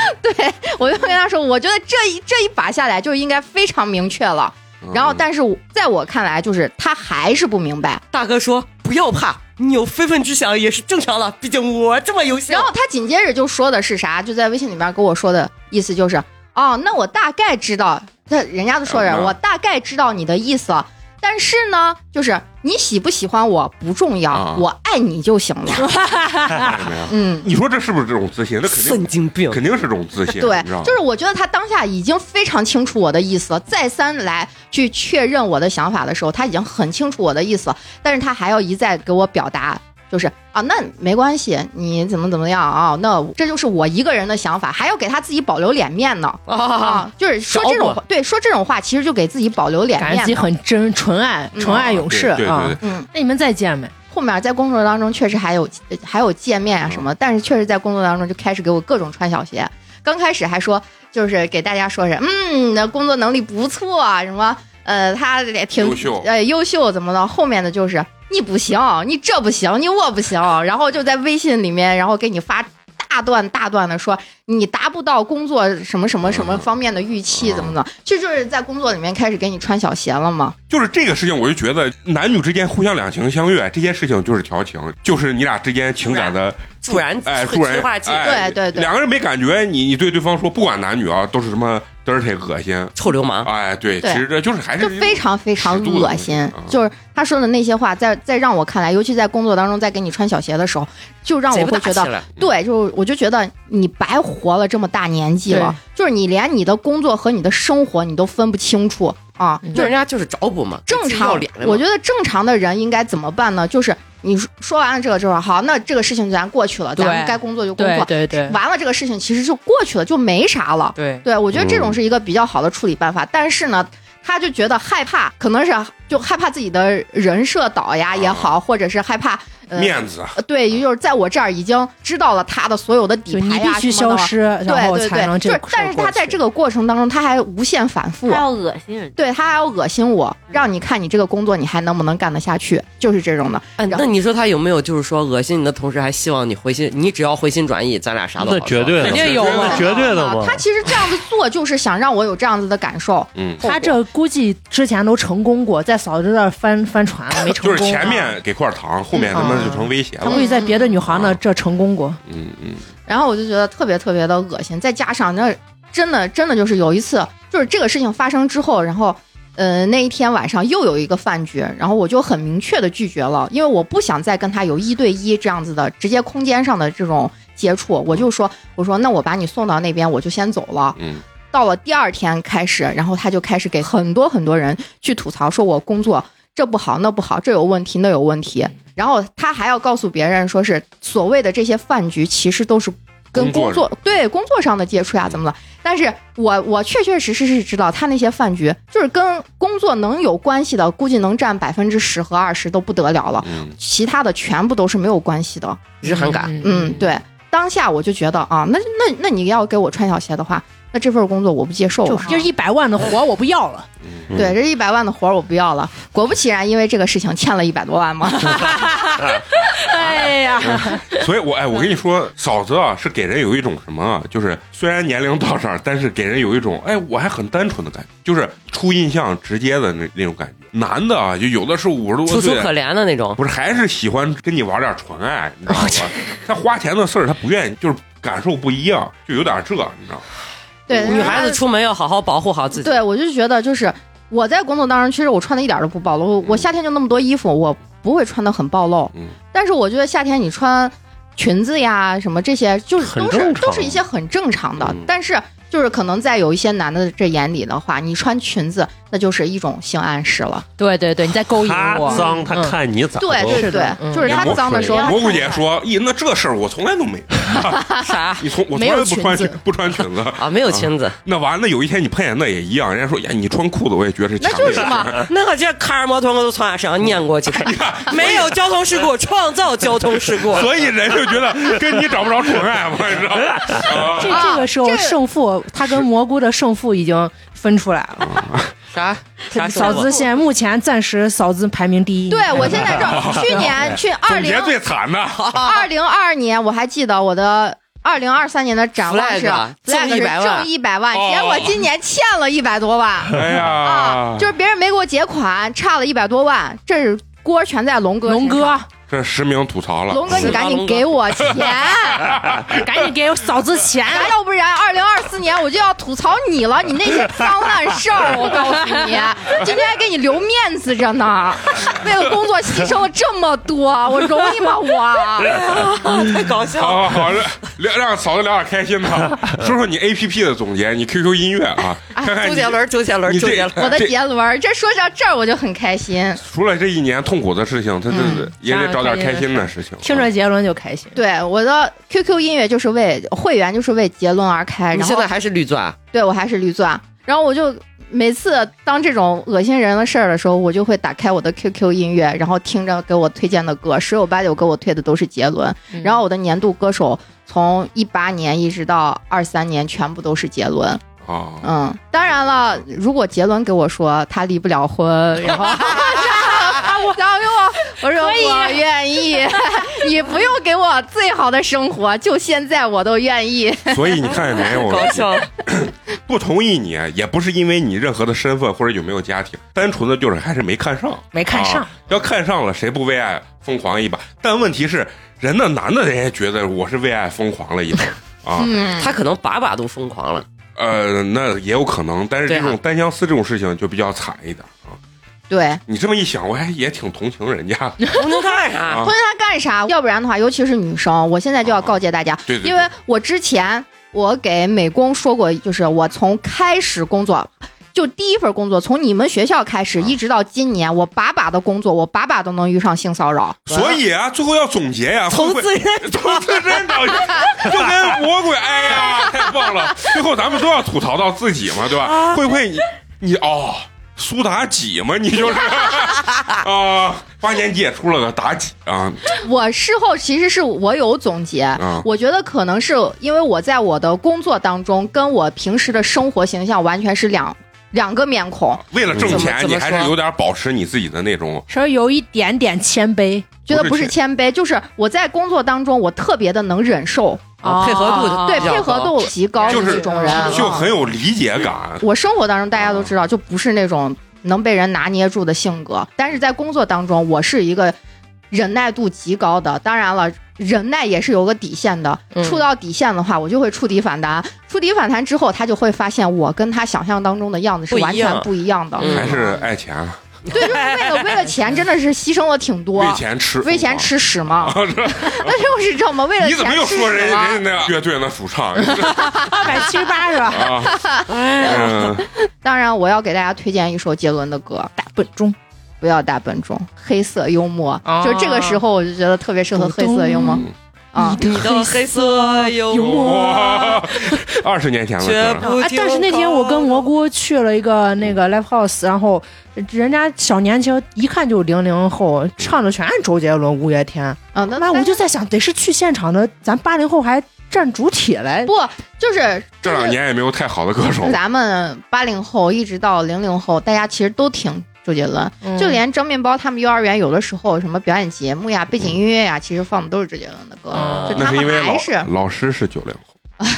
我就跟他说，我觉得这一这一把下来就应该非常明确了。然后，嗯但是我在我看来，就是他还是不明白。大哥说不要怕，你有非分之想也是正常的，毕竟我这么优秀然。后他紧接着就说的是啥？就在微信里面跟我说的意思就是，哦，那我大概知道，他人家都说啊着，我大概知道你的意思了。但是呢，就是你喜不喜欢我不重要，啊我爱你就 [LAUGHS] 行了。看见没有？嗯，你说这是不是这种自信？那肯神定经病，肯定是这种自信，对你知道，吗？就是我觉得他当下已经非常清楚我的意思了，再三来去确认我的想法的时候，他已经很清楚我的意思了，但是他还要一再给我表达。就是啊，那没关系，你怎么怎么样啊？那这就是我一个人的想法，还要给他自己保留脸面呢。哦啊！啊，就是说这小种我对说这种话，其实就给自己保留脸感觉面自己嘛。很真，纯爱，嗯纯爱勇士对对对啊对。嗯，那你们再见没？后面在工作当中确实还有呃还有见面啊什嗯么，但是确实在工作当中就开始给我各种穿小鞋。刚开始还说就是给大家说是嗯，你的工作能力不错啊，什么呃，他也挺优秀呃优秀怎么的？后面的就是你不行，你这不行，你我 [LAUGHS] 不行，然后就在微信里面，然后给你发。大段大段的说你达不到工作什么什么嗯什么方面的预期，怎么的，这就是在工作里面开始给你穿小鞋了嘛。就是这个事情，我就觉得男女之间互相两情相悦这件事情就是调情，就是你俩之间情感的助燃哎，催助燃催化剂哎对对对两个人没感觉，你你对对方说不管男女啊，都是什么 dirty 恶心，臭流氓，哎，对，对其实这就是还是就非常非常尺度的恶心东西啊，就是他说的那些话，在在让我看来，尤其在工作当中，在给你穿小鞋的时候，就让贼我不会大觉气得，了。对，就是我就觉得你白活了这么大年纪了，就是你连你的工作和你的生活你都分不清楚啊，嗯就就是人家就是找补嘛，正自己要常脸，的嘛我觉得正常的人应该怎么办呢？就是你说说完了这个之后，好，那这个事情咱过去了，咱们对该工作就工对作，对对完了这个事情其实就过去了，就没啥了。对，对，我觉得这种嗯是一个比较好的处理办法。但是呢，他就觉得害怕，可能是就害怕自己的人设倒呀也好，或者是害怕、呃、面子，呃对，就是在我这儿已经知道了他的所有的底就你牌必呀须什么消的了。失，然后对对才能对，这就是个，事儿但是他在过去这个过程当中，他还无限反复他，要恶心人。对他还要恶心我，让你看你这个工作你还能不能干得下去，就是这种的。哎，那 [LAUGHS] 你说他有没有就是说恶心你的同时，还希望你回心？你只要回心转意，咱俩啥都好那说绝对的，肯定定有嘛绝对的啊嘛。他其实这样子做就是想让我有这样子的感受。嗯，后他果这估计之前都成功过，在嫂子这儿翻翻船了，没成就功。啊嗯是前面给块糖，后面他妈就成威胁他了估，计在别的女孩那嗯这成功过，嗯嗯，然后我就觉得特别特别的恶心，再加上那真的真的就是有一次，就是这个事情发生之后，然后。呃，那一天晚上又有一个饭局，然后我就很明确的拒绝了，因为我不想再跟他有一对一这样子的直接空间上的这种接触。我就说，我说那我把你送到那边，我就先走了。嗯，到了第二天开始，然后他就开始给很多很多人去吐槽，说我工作这不好那不好，这有问题那有问题。然后他还要告诉别人，说是所谓的这些饭局其实都是跟工工作作对工作上的接触呀、怎么的？但是我我确确实实是知道，他那些饭局就是跟工作能有关系的，估计能占百分之十和二十都不得了了，嗯其他的全部都是没有关系的。日韩感。嗯嗯，对。当下我就觉得啊，那那那你要给我穿小鞋的话，那这份工作我不接受了就啊。这一百万的活我不要了，嗯，对，这一百万的活儿我不要了。果不其然，因为这个事情欠了一百 [LAUGHS] 多万嘛。哎呀，所以我哎，我跟你嗯说，嫂子啊是给人有一种什么啊，就是虽然年龄到这儿，但是给人有一种哎，我还很单纯的感觉，就是初印象直接的那那种感觉。男的啊，就有的是五十多楚楚岁，可怜的那种，不是，还是喜欢跟你玩点纯爱，你 [LAUGHS] 知道吗？他花钱的事儿，他不愿意，就是感受不一样，就有点这，你知道吗？对，女孩子出门要好好保护好自己。对，我就觉得就是我在工作当中，其实我穿的一点儿都不暴露。我我夏天就那么多衣服，我不会穿的很暴露。嗯但是我觉得夏天你穿裙子呀什么这些，就是很都是正常都是一些很正常的。嗯但是就是可能在有一些男的这眼里的话，你穿裙子那就是一种性暗示了。对对对，你在勾引他我，脏，他嗯看你咋对都对是对的，嗯就是他蘑脏的时候，蘑菇姐说：“咦，那这事儿我从来都没有，啊啥你从我从没有来不穿裙裙子不穿裙子。啊？没有裙子，那完了，有一天你碰见那也一样，人家说哎呀，你穿裤子我也觉得是那强就烈是的嘛。 [LAUGHS] 那个这卡尔摩托我都从俺身上碾过去，没有交通事故，创造交通事故。 [LAUGHS] 所以人就觉得跟你找不着纯爱嘛，你知道吗？这啊这个时候这个胜负，他跟蘑菇的胜负已经分出来了，啥啊啥时嫂候子现在目前暂时嫂子排名第一。对 [LAUGHS] 我现在这 [LAUGHS] 去年去二哎总零结最惨 [LAUGHS] 的，二零二年，我还记得我的二零二三年的展望是啊 Flag，挣 flag 是100万挣一百万，哦结果今年欠了一百多万。 [LAUGHS] 哎呀啊，，就是别人没给我结款，差了一百多万，这是锅儿全在龙哥。龙哥，，这实名吐槽了，龙哥，你赶紧给我 [LAUGHS] 钱，赶紧给我嫂子钱！要不然二零二四年我就要吐槽你了，你那些脏烂事 [LAUGHS] 儿，我告诉你，今天还给你留面子着 [LAUGHS] 呢，为了工作牺牲了这么多，我容易吗我？太搞笑了。好好好，聊让嫂子聊点开心的，啊说说你 A P P 的总结，你 Q Q 音乐啊，看看你周杰伦，周杰伦，你周杰这伦，我的这杰伦儿，这说到这儿我就很开心。除了这一年痛苦的事情，他这也得找点开心的事情。听着杰伦就开心。对，我的 QQ 音乐就是为会员就是为杰伦而开， [LAUGHS] 你然现后在还是绿钻？对我还是绿钻。然后我就每次当这种恶心人的事儿的时候，我就会打开我的 QQ 音乐，然后听着给我推荐的歌，十有八九给我推的都是杰伦。嗯然后我的年度歌手从一八年一直到二三年，全部都是杰伦。啊，嗯，当然了，如果杰伦给我说他离不了婚，然后。然后给我，我说我愿意， [LAUGHS] 你不用给我最好的生活，就现在我都愿意。所以你看见没有？搞笑，不同意你，也不是因为你任何的身份或者有没有家庭，单纯的就是还是没看上，没看上啊要看上了，谁不为爱疯狂一把？但问题是，人的男的人也觉得我是为爱疯狂了一把啊，嗯，他可能把把都疯狂了。呃，那也有可能，但是这对种啊单相思这种事情就比较惨一点啊。对，你这么一想，我还也挺同情人家的。红牛干啥啊？婚他干啥？要不然的话，尤其是女生，我现在就要告诫大家，对对对因为我之前我给美工说过，就是我从开始工作。就第一份工作，从你们学校开啊始，一直到今年，我把把的工作，我把把都能遇上性骚扰。所以啊，最后要总结呀、从会不自会 [LAUGHS] 认从自身找，就跟魔鬼，哎呀， [LAUGHS] 太 [LAUGHS] 棒了！最后咱们都要吐槽到自己嘛，对吧？会不会你你哦，苏妲己嘛，你就是啊，八年级也出了个妲己啊，我事后其实是我有总结，嗯我觉得可能是因为我在我的工作当中，跟我平时的生活形象完全是两两个面孔。为了挣钱，怎么怎你么还说是有点保持你自己的那种稍微有一点点谦卑，觉得不不是是谦卑，就是我在工作当中，我特别的能忍受，啊配合度哦对比较配合高度极高的就是这种人，啊就很有理解感。我生活当中大家都知道，就不是那种能被人拿捏住的性格，但是在工作当中，我是一个忍耐度极高的。当然了，忍耐也是有个底线的，嗯触到底线的话，我就会触底反弹。触底反弹之后，他就会发现我跟他想象当中的样子是不一完全样不一样的。嗯还是爱钱，啊对，就是为了为了钱，真的是牺牲了挺多为。钱吃，为钱。吃屎嘛， [LAUGHS] 那就是这么为了 [LAUGHS] 你钱怎么又吃说人屎家嘛人家那乐队那主 [LAUGHS] 唱二百七十八是吧？啊？嗯，当然，我要给大家推荐一首杰伦的歌，打本钟，不要打笨钟，黑色幽默，啊就这个时候我就觉得特别适合黑色幽默啊。你的黑色幽幽默哇，二十年前了，绝是吧不哎，但是那天我跟蘑菇去了一个那个 live house，然后人家小年轻一看就零零后，唱的全是周杰伦、五月天。嗯，那啊那我就在想，得是去现场的，咱八零后还占主体嘞。不就是这两年也没有太好的歌手。 [LAUGHS] 咱们八零后一直到零零后，大家其实都挺周杰伦，嗯就连蒸面包他们幼儿园有的时候什么表演节目呀、背景音乐呀，其实放的都是周杰伦的 [LAUGHS] 歌，啊就那他是因为们还老是老师是九零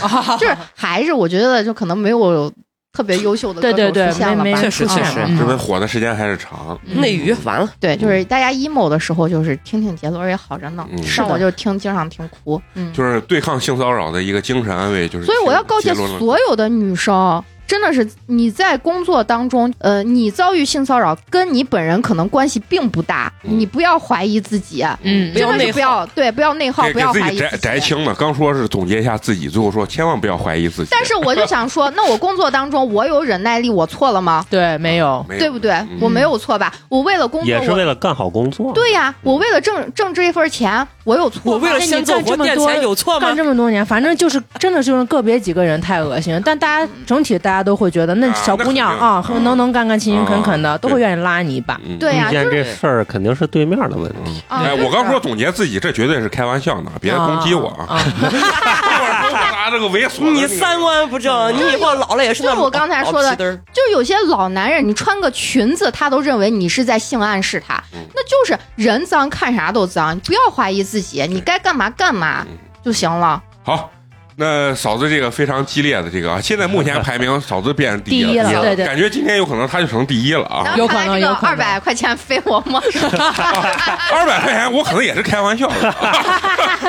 后，就是还是我觉得就可能没有特别优秀的歌对对手对出现了没吧没，确实出确现实了这嗯边火的时间还是长。内娱完了，嗯对，就是大家 emo 的时候，就是听听杰伦也好着呢嗯。是像的我就听经常听哭，嗯，就是对抗性骚扰的一个精神安慰，就是所以我要告诫杰伦的所有的女生，真的是你在工作当中，呃，你遭遇性骚扰，跟你本人可能关系并不大，嗯你不要怀疑自己，嗯不要真的内是耗不要对，不要内耗，给不给要自怀己疑自摘摘己。清了。刚说是总结一下自己，最后说千万不要怀疑自己，但是我就想说，那我工作当中我有忍耐力，我错了吗？对，没有。没有对不对？嗯我没有错吧？我为了工作，也是为我了干好工作。对呀，我为了挣挣这一份钱，我有我错吗？为了先走我垫钱有错干吗？嗯这么多年，反正就是真的就是个别几个人太恶心，但大家整体大家都会觉得那啊小那姑娘肯定啊，啊很能能干干、勤勤恳恳的，都会愿意拉你一把。嗯 [LAUGHS] 对呀、遇见就是这事儿肯定是对面的问题。啊哎，就是我刚说总结自己，这绝对是开玩笑呢，别攻击我啊！一会儿给我 [LAUGHS] 拿这个猥琐的那你个，三观不嗯正，你以后老了也是那就是我刚才说的老皮墩儿就是有些老男人，你穿个裙子，他都认为你是在性暗示他嗯，那就是人脏看啥都脏，你不要怀疑自己，你该干嘛干嘛嗯就行了。好。那嫂子这个非常激烈的这个啊，现在目前排名嫂子变成第一一了，对对，感觉今天有可能她就成第一了啊！ [LAUGHS] 然有后可看能来这个有可能二百块钱非我 [LAUGHS] 莫属。二百块钱我可能也是开玩笑的，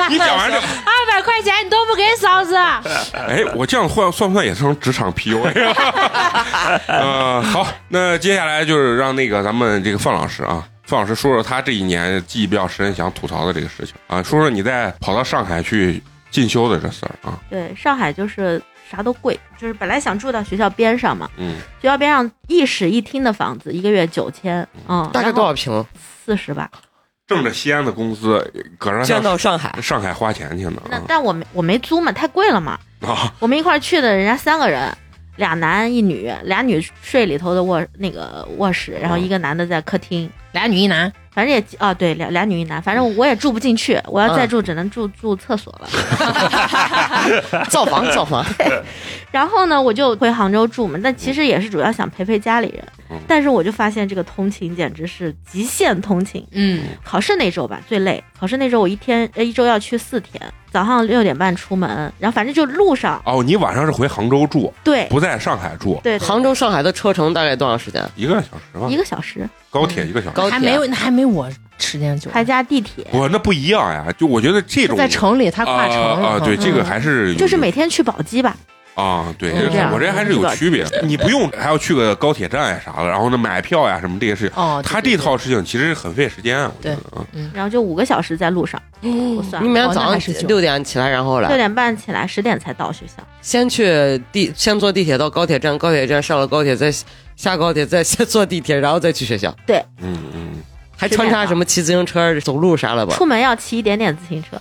你讲完这，二百块钱你都不给嫂子， [LAUGHS] 哎，我这样算算不算也成职场 PUA 啊？呃，好，那接下来就是让那个咱们这个范老师啊，范老师说说他这一年记忆比较深、想吐槽的这个事情啊，说说你在跑到上海去进修的这事儿啊，对，上海就是啥都贵，就是本来想住到学校边上嘛，嗯，学校边上一室一厅的房子，一个月九千，嗯，大概多少平？四十吧。挣着西安的工资，搁上捐上到上海，上海花钱去呢 [LAUGHS] 那但我没我没租嘛，太贵了嘛。啊啊，我们一块儿去的人家三个人，俩男一女，俩女睡里头的卧那个卧室，然后一个男的在客厅，俩女一男，反正也啊对，俩俩女一男，反正我也住不进去，我要再住只能住住厕所 [LAUGHS] 了。 [LAUGHS] 造房造房，然后呢，我就回杭州住嘛，但其实也是主要想陪陪家里人嗯。但是我就发现这个通勤简直是极限通勤。嗯，考试那周吧最累，考试那周我一天呃一周要去四天，早上六点半出门，然后反正就路上哦，你晚上是回杭州住，对不在上海住，对对杭州上海的车程大概多长时间？一个小时吧一，个小时高铁一个小时。高铁还没有，还没我时间久，还加地铁，不，那不一样呀！就我觉得这种在城里，他跨城了啊啊，对，嗯这个还是有就是每天去宝鸡吧，啊，对，嗯这样嗯我这还是有区别。你不用还要去个高铁站呀啥的，然后呢买票呀什么这些事情，哦，对嗯他这套事情其实很费时间啊。我觉得啊，然后就五个小时在路上，我算你了每天哦那早还上是久六点起来，然后六来，点半起来，十点才到学校。先去地，先坐地铁到高铁站，高铁站上了高铁，再下高铁，再先坐地铁，然后再去学校，嗯嗯，还穿插什么骑自行车、走路啥了吧？出门要骑一点点自行车。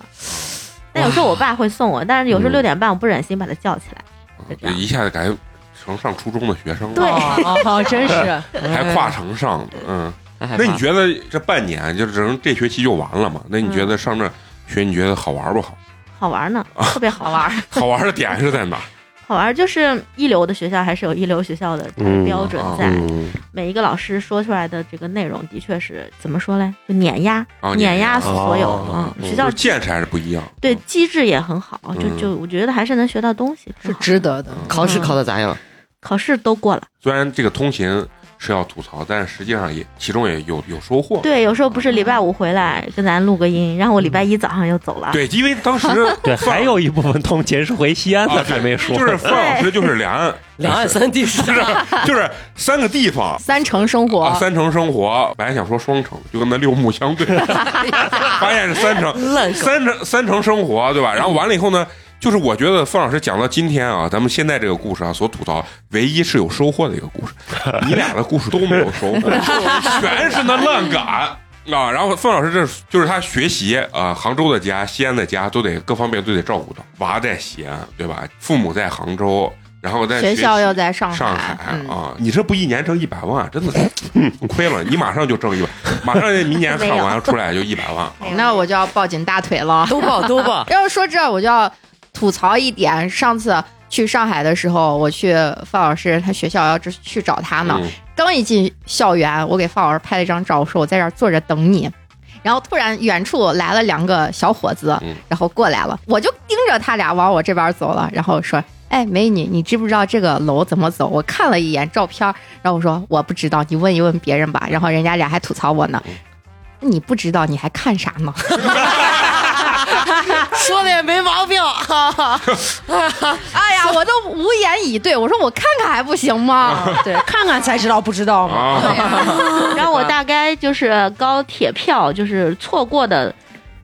但有时候我爸会送我，但是有时候嗯六点半我不忍心把他叫起来，就这这样。一下子感觉成上初中的学 [LAUGHS] 生对了，哦哦，真是还跨城上的，嗯。哎，害怕那你觉得这半年就只能这学期就完了嘛？那你嗯觉得上这学你觉得好玩不 [LAUGHS] 好？ [LAUGHS] 好 [LAUGHS] 玩呢，特别好玩。好玩的点是在哪？好玩就是一流的学校还是有一流学校的嗯标准啊在，嗯，每一个老师说出来的这个内容的确是怎么说嘞，就碾压，啊，碾压啊所有。哦嗯，学校就是见识还是不一样。对嗯机制也很好，就嗯就我觉得还是能学到东西。是挺好嗯值得的。考试考的咋样？考试都过了，虽然这个通勤是要吐槽，但是实际上也其中也有有收获。对，有时候不是礼拜五回来跟咱录个音，然后我礼拜一早上又走了。对，因为当 [LAUGHS] 时对，范还有一部分通勤是回西安啊的，还没说， [LAUGHS] 就是范老师就是两岸两岸三地是就是 [LAUGHS] 就是三个地 [LAUGHS] 方。三城生活，啊，三城生活，本来想说双城，就跟那六目相 [LAUGHS] 对，发现是三城，烂梗，三城三城生活，对吧？然后完了以后呢，就是我觉得范老师讲到今天啊，咱们现在这个故事啊，所吐槽唯一是有收获的一个故事，你俩的故事都没有收 [LAUGHS] 获，全是那烂梗啊。然后范老师这是就是他学习啊、杭州的家、西安的家都得各方面都得照顾到，娃在西安，对吧？父母在杭州，然后在学习校又在上上海嗯啊，你这不一年挣一百万，真的是嗯 [LAUGHS] 亏了，你马上就挣一百，马上明 [LAUGHS] 年看完出来就一百万。那我就要抱紧大腿了。，都报都报啊要是说这，我就要吐槽一点。上次去上海的时候，我去范老师他学校要是去找他呢，嗯刚一进校园，我给范老师拍了一张照，我说我在这儿坐着等你。然后突然远处来了两个小伙子嗯，然后过来了，我就盯着他俩往我这边走了，然后说：“哎，美女，你知不知道这个楼怎么走？”我看了一眼照片，然后我说：“我不知道，你问一问别人吧。”然后人家俩还吐槽我嗯呢。你不知道，你还看啥呢？说的也没毛病。 [LAUGHS] 哎呀，我都无言以对。我说我看看还不行吗？啊对，看看才知道不知道嘛。啊， [LAUGHS] 然后我大概就是高铁票，就是错过的，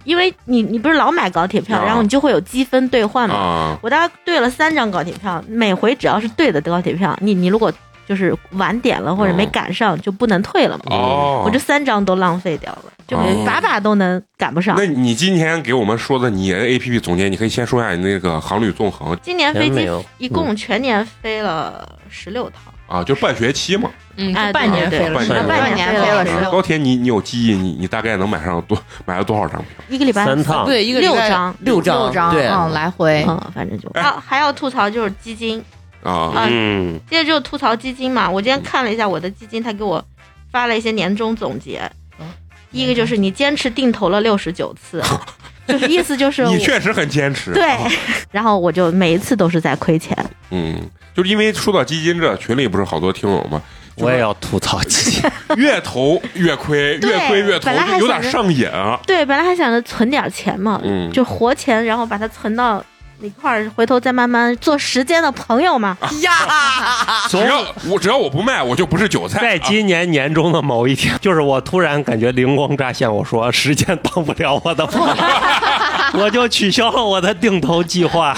因为你你不是老买高铁票，啊然后你就会有积分兑换嘛。啊我大概兑了三张高铁票，每回只要是对的高铁票，你你如果就是晚点了或者没哦赶上就不能退了嘛。哦，我这三张都浪费掉了，就哦把把都能赶 [LAUGHS] 不上啊那。你今天给我们说的你 A P P 总结，你可以先说一下你那个航旅纵横今年飞真没机有嗯一共全年飞了十六趟，啊，就半学期嘛。嗯，哎就半年对飞对了，对半半年年飞飞了了十十六六，高铁你你有记忆，你你大概能买上多买了多少张票？一个礼拜三趟对一个礼六拜张。六张，六张，对，嗯，来回。嗯，反正就哎啊，还要吐槽就是基金，啊啊，嗯，接着就吐槽基金嘛。我今天看了一下我的基金，他给我发了一些年终总结嗯。第一个就是你坚持定投了六十九次，就是意思就是我你确实很坚持。对啊，然后我就每一次都是在亏钱。嗯，就是因为说到基金这，群里不是好多听友吗？我也要吐槽基金，越投越亏，对越亏越投本来，还就有点想着上瘾啊。对，本来还想着存点钱嘛，嗯就活钱，然后把它存到一块儿，回头再慢慢做时间的朋友嘛。只总要我只要我不卖，我就不是韭菜。在啊今年年中的某一天，就是我突然感觉灵光乍现，我说时间当不了我的朋友，我就取消了 [LAUGHS] 我的定投计划。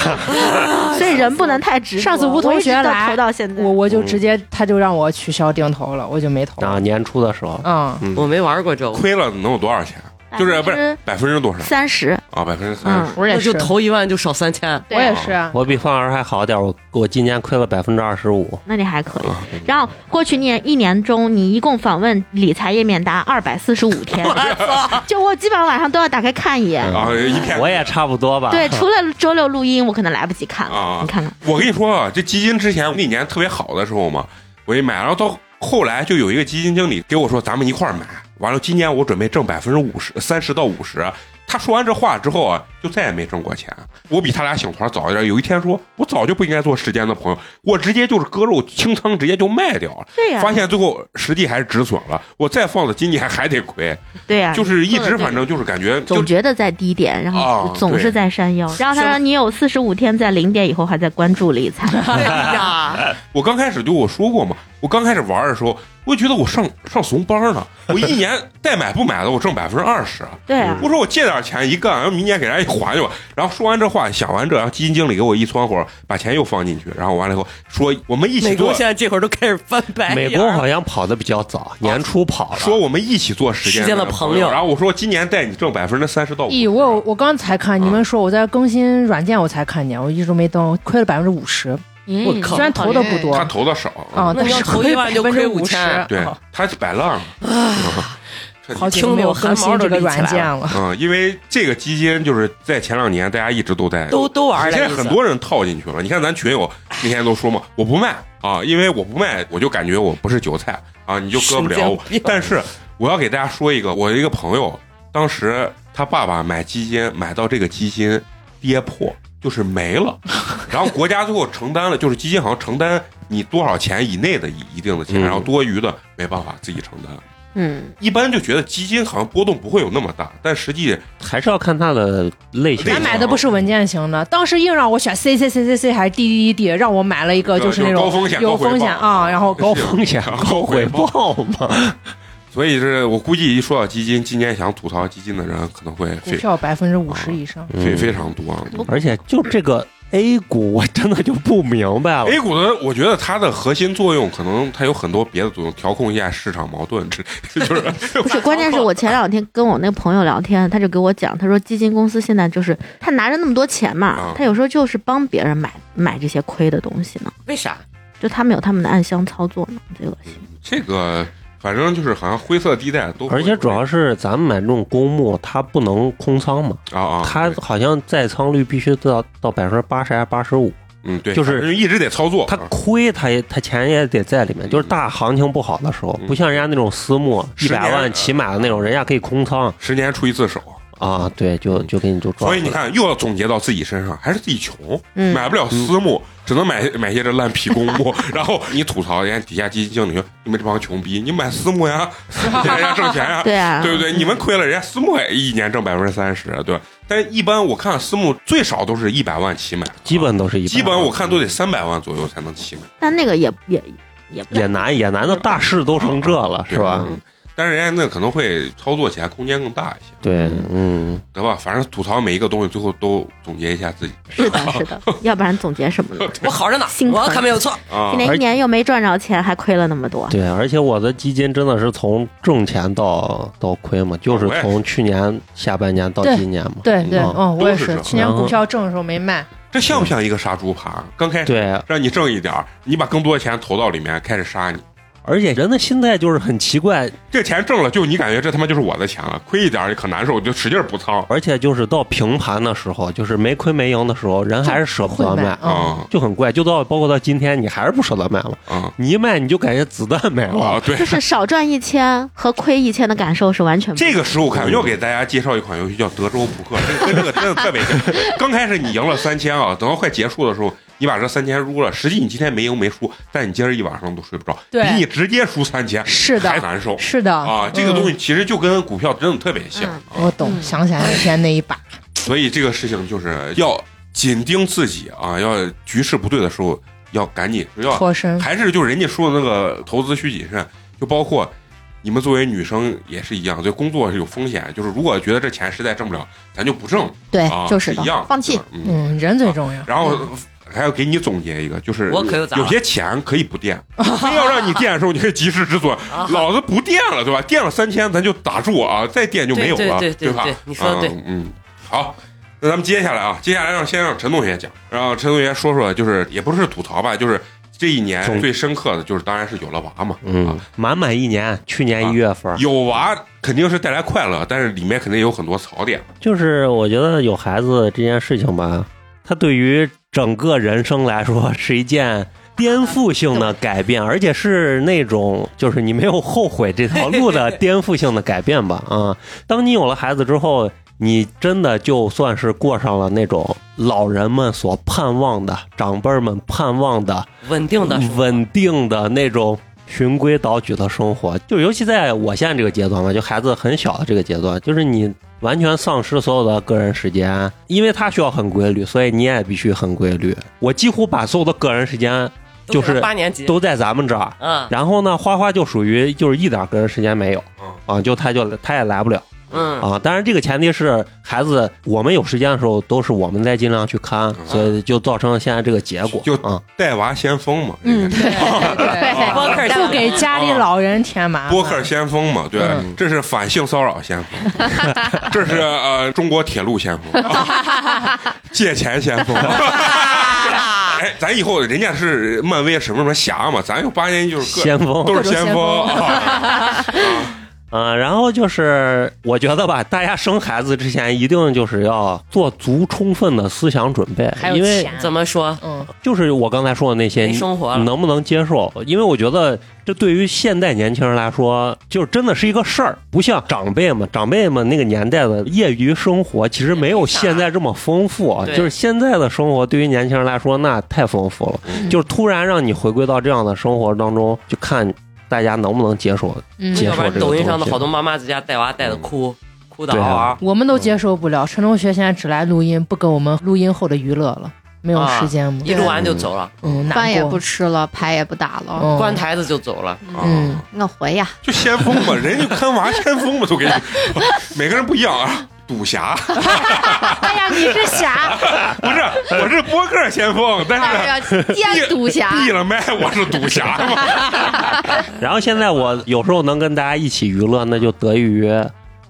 所以人不能太执着。上次吴同学我一直来到投到现在，我我就直接他就让我取消定投了，我就没投。啊，年初的时候，嗯，我没玩过这，亏了能有多少钱？ [LAUGHS] 就是不是百分之多少三十，啊？百分之三嗯十。，我那也，就是投一万就少三千，我也是啊，我比范儿还好点儿，我我今年亏了百分之二十五。那你还可以。啊然后过去年一年中，你一共访问理财页面达二百四十五天，就我基本上晚上都要打开看一眼。啊，一片我也差不多 [LAUGHS] 吧。 [LAUGHS] 对，除了周六录音，我可能来不及看了啊。你看看，我跟你说啊，这基金之前那年特别好的时候嘛，我一买，然后到后来就有一个基金经理给我说，咱们一块儿买。完了，今年我准备挣百分之五十，三十到五十。他说完这话之后啊，就再也没挣过钱。我比他俩醒团早一点。有一天说，我早就不应该做时间的朋友，我直接就是割肉清仓，直接就卖掉了。对呀、发现最后实际还是止损了。我再放到今年还得亏，对呀、就是一直反正就是感觉就总觉得在低点，然后啊总是在山腰。然后他说你有四十五天在零点以后还在关注理 [LAUGHS] 财， [LAUGHS] [LAUGHS] 我刚开始就我说过嘛，我刚开始玩的时候，我就觉得我上上怂班了，我一年再买不买的，我挣百分之二十。对啊，我说我借点钱一干，然后明年给人家一还就完。然后说完这话，想完这，然后啊基金经理给我一蹿火，把钱又放进去，然后完了以后说我们一起美工做，现在这会儿都开始翻白美眼工儿，好像跑的比较早，年初跑了。说我们一起做时时间的的朋友然后我说今年带你挣百分之三十到五咦，十。我我刚才看你们说我在更新软件，我才看见，我一直没登，亏了百分之五十，嗯我靠嗯虽然投的不多他投的少 [LAUGHS] 啊，那但要是投一万就亏亏5000十，对啊他是摆烂了。彻底好久没有更新这个软件了。嗯，因为这个基金就是在前两年大家一直都在都都玩儿了现在意思很多人套进去了。你看咱群友那天都说嘛，我不卖啊，因为我不卖，我就感觉我不是韭菜啊，你就割不了我神经病。 [LAUGHS] 但是我要给大家说一个，我有一个朋友，当时他爸爸买基金，买到这个基金跌破，就是没 [LAUGHS] 了，然后国家最后承担了，就是基金好像承担你多少钱以内的一一定的钱，嗯然后多余的没办法自己承担。嗯，一般就觉得基金好像波动不会有那么大，但实际还是要看它的类型对咱。买的不是稳健型的，当时硬让我选 C C C C C 还是 D D D D，让我买了一个就是那高种风险高有回报风险啊，然后高风险高高回回报报嘛，所以是我估计一说到基金，今年想吐槽基金的人可能会股非票百分之五十以上。嗯非非常多。啊。而且就这个 A 股，我真的就不明白了。 A 股的，我觉得它的核心作用可能它有很多别的作用，调控一下市场矛盾，这 [LAUGHS] 就是不是，关键是我前两天跟我那朋友聊天，他就给我讲，他说基金公司现在就是他拿着那么多钱嗯啊嘛，他有时候就是帮别人买买这些亏的东西呢，为啥？嗯就他们有他们的暗箱操作呢，这恶心。这个，反正就是好像灰色地带都会。而且主要是咱们买这种公募，它不能空仓嘛，啊啊，它对好像在仓率必须到到百分之八十还是八十五，嗯对，就是反正一直得操作。它啊亏它也它钱也得在里面。就是大行情不好的时候嗯，不像人家那种私募一十年百万起买的那种，人家可以空仓十年出一次手，啊，对，就嗯就给你就抓所回以来。你看又要总结到自己身上，还是自己穷，嗯买不了私募，只能买买些这烂皮公募。然后你吐槽人家底下基金经理，你们这帮穷逼，你买私募 [LAUGHS] 呀，人家挣钱呀，对啊，对不对？你们亏了，人家私募也一年挣百分之三十，对吧。但一般我看私募最少都是一百万起买，啊基本都是一百万，嗯基本我看都得三百万左右才能起买，但那个也也也不 [LAUGHS] 也难也难的大事都成这了，对嗯是吧？？但是人家那可能会操作起来空间更大一些，对，嗯，对吧？反正吐槽每一个东西，最后都总结一下自己是的，是的，要不然总结什么呢？ [LAUGHS] 我好着呢心，疼我可没有错。啊今。年而一年又没赚着钱，还亏了那么多。对，啊而且我的基金真的是从挣钱到到亏嘛，就是啊我也是从去年下半年到对今年嘛。对对，嗯嗯，我也都是这是，样去年股票挣的时候没卖，嗯这像不像一个杀猪盘？刚开始对，让你挣一点儿，你把更多的钱投到里面，开始杀你。而且人的心态就是很奇怪，这钱挣了，就你感觉这他妈就是我的钱了，亏一点儿也可难受，我就使劲儿补仓而且就是到平盘的时候，就是没亏没赢的时候，人还是舍不会得卖卖，嗯，啊就很怪。就到包括到今天，你还是不舍得卖了，啊你一卖你就感觉子弹没啊！了。对 [LAUGHS] 就，是少赚一千和亏一千的感受是完全不一这样个时候嗯看，又给大家介绍一款游戏叫德州扑克，这个跟这个真的特别像。刚开始你赢了三千啊，等到快结束的时候，你把这三千撸了，实际你今天没赢没输，但你今儿一晚上都睡不着，比对你直接输三千是还的，难受是的嗯啊！这个东西其实就跟股票真的特别像嗯啊，嗯我懂，想起来那天那一把，嗯所以这个事情就是要紧盯自己啊，要局势不对的时候要赶紧要脱身，还是就是人家说的那个投资需谨慎，就包括你们作为女生也是一样，对工作是有风险，就是如果觉得这钱实在挣不了，咱就不挣，对啊，，就是一的样，放弃对吧。嗯，嗯，人最重要，然后。还要给你总结一个，就是我可又咋了有些钱可以不垫，非要让你垫的时候，你可以及时止损。啊老子不垫了，对吧？垫了三千，咱就打住啊，再垫就没有了，对对对吧对？你说的对嗯，嗯，好，那咱们接下来啊，接下来让先让陈同学讲，让陈同学说说，就是也不是吐槽吧，就是这一年总最深刻的就是当然是有了娃嘛，啊嗯，满满一年，去年一月份，有娃肯定是带来快乐，但是里面肯定有很多槽点。就是我觉得有孩子这件事情吧，它对于整个人生来说是一件颠覆性的改变，而且是那种就是你没有后悔这条路的颠覆性的改变吧？ [LAUGHS] 啊，当你有了孩子之后，你真的就算是过上了那种老人们所盼望的、长辈们盼望的稳定的，稳定的那种循规蹈矩的生活，就尤其在我现在这个阶段嘛，就孩子很小的这个阶段，就是你完全丧失所有的个人时间，因为他需要很规律，所以你也必须很规律。我几乎把所有的个人时间都就是八年级，都在咱们这儿，嗯然后呢，花花就属于就是一点个人时间没有嗯，啊，就他就他也来不了。嗯，啊，当然这个前提是孩子，我们有时间的时候都是我们在尽量去嗯看，所以就造成了现在这个结果。就啊，带娃先锋嘛，嗯这个是 [LAUGHS] 播客不给家里老人添麻烦，播客先锋嘛，对，嗯这是反性骚扰先锋， [LAUGHS] 这是呃中国铁路先锋，借钱 [LAUGHS] 先锋。哎，咱以后人家是漫威什么什么侠嘛，咱有八年级就是各先锋都是先锋。啊嗯，然后就是我觉得吧，大家生孩子之前一定就是要做足充分的思想准备还，有因为钱，怎么说？嗯，就是我刚才说的那些，没你生活了能不能接受？因为我觉得这对于现代年轻人来说，就是真的是一个事儿，不像长辈们，长辈们那个年代的业余生活其实没有现在这么丰富，啊对就是现在的生活对于年轻人来说那太丰富了，嗯就是突然让你回归到这样的生活当中，就看大家能不能接受。嗯接要受不然这个抖音上东的西好多妈妈在家带娃带的哭，哭啊的嗷嗷。我们都接受不了。陈同学现在只来录音，不给我们录音后的娱乐了，没有时啊间嘛，啊一录完就走了，嗯，饭难也不过，吃了，牌也不打了，嗯关，台子就走了。嗯，我回呀，啊就先锋嘛，人家就看娃先锋嘛，都给你， [LAUGHS] 每个人不一样啊。赌侠 [LAUGHS] [LAUGHS] 哎呀，你是侠，不是，我是播客先锋，但是他是要监督侠，闭了麦，我是赌侠嘛。然后现在我有时候能跟大家一起娱乐，那就得益于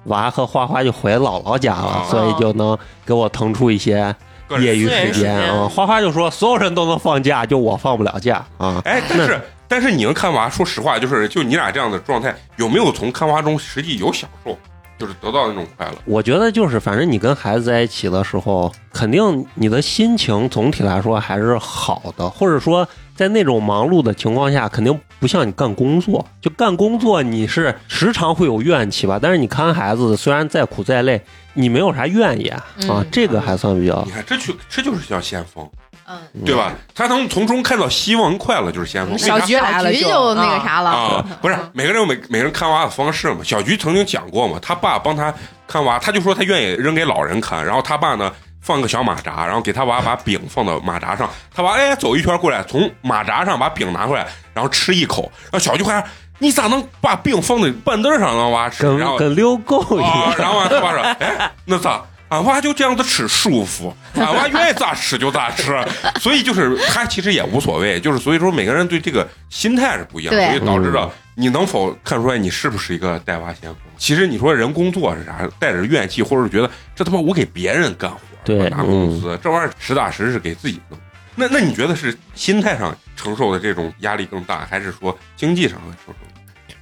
娃和花花就回姥姥家了哦，所以就能给我腾出一些个人业余私人时时间间啊。花花就说所有人都能放假，就我放不了假啊。哎，但是但是你能看娃，说实话，就是就你俩这样的状态，有没有从看娃中实际有享受，就是得到那种快乐？我觉得就是，反正你跟孩子在一起的时候，肯定你的心情总体来说还是好的，或者说在那种忙碌的情况下，肯定不像你干工作。就干工作你是时常会有怨气吧，但是你看孩子虽然再苦再累，你没有啥怨言啊嗯，这个还算比较你看，哎这去这就是叫先锋，嗯，对吧？他能从中看到希望、快乐，就是先锋。小为啥菊来了小菊就就那个啥了，啊，不是每个人有每每个人看娃的方式嘛。小菊曾经讲过嘛，他爸帮他看娃，他就说他愿意扔给老人看，然后他爸呢。放个小马扎，然后给他娃把饼放到马扎上，他娃哎走一圈过来，从马扎上把饼拿回来，然后吃一口，然后小菊还你咋能把病放在板凳上让娃吃？然后跟跟遛狗一啊，然样。后俺爸说，哎，那咋？俺娃就这样子吃舒服，俺娃愿意咋吃就咋吃，所以就是他其实也无所谓，就是所以说每个人对这个心态是不一样，对所以导致了你能否看出来你是不是一个带娃嫌工。其实你说人工作是啥，带着怨气，或者是觉得这他妈我给别人干活，对我拿工资，这玩意儿实打实是给自己弄。那那你觉得是心态上承受的这种压力更大，还是说经济上的承受？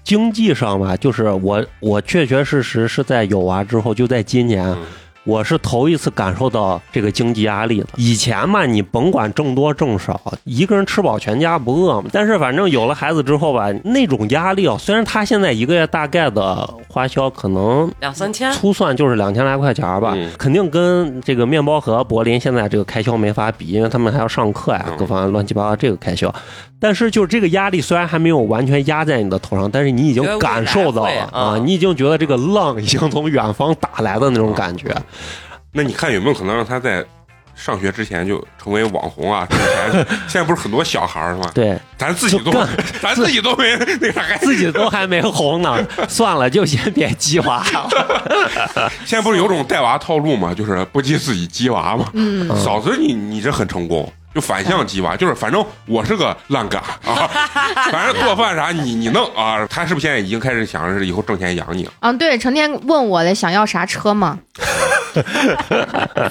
经济上吧，就是我我确确实实是在有娃之后，就在今年，嗯我是头一次感受到这个经济压力了。以前嘛，你甭管挣多挣少，一个人吃饱全家不饿嘛。但是反正有了孩子之后吧，那种压力啊，虽然他现在一个月大概的花销可能两三千，粗算就是两千来块钱吧，嗯肯定跟这个面包和柏林现在这个开销没法比，因为他们还要上课呀嗯，各方面乱七八糟这个开销。但是就是这个压力虽然还没有完全压在你的头上，但是你已经感受到了觉得未来会啊，嗯你已经觉得这个浪已经从远方打来的那种感觉。那你看有没有可能让他在上学之前就成为网红 [LAUGHS] 啊？挣钱？现在不是很多小孩儿吗？对咱自己都 [LAUGHS] 就干，咱自己都没 [LAUGHS] 那啥，自己都还没红呢，算了，就先别鸡娃了。现在不是有种带娃套路吗？就是不鸡自己鸡娃嘛。嗯，嫂子你，你这很成功，就反向鸡娃，就是反正我是个烂 [LAUGHS] 嘎啊，反正做饭啥你你弄啊。他是不是现在已经开始想着是以后挣钱养你了？嗯，对，成天问我的想要啥车 [LAUGHS] 嘛， [LAUGHS]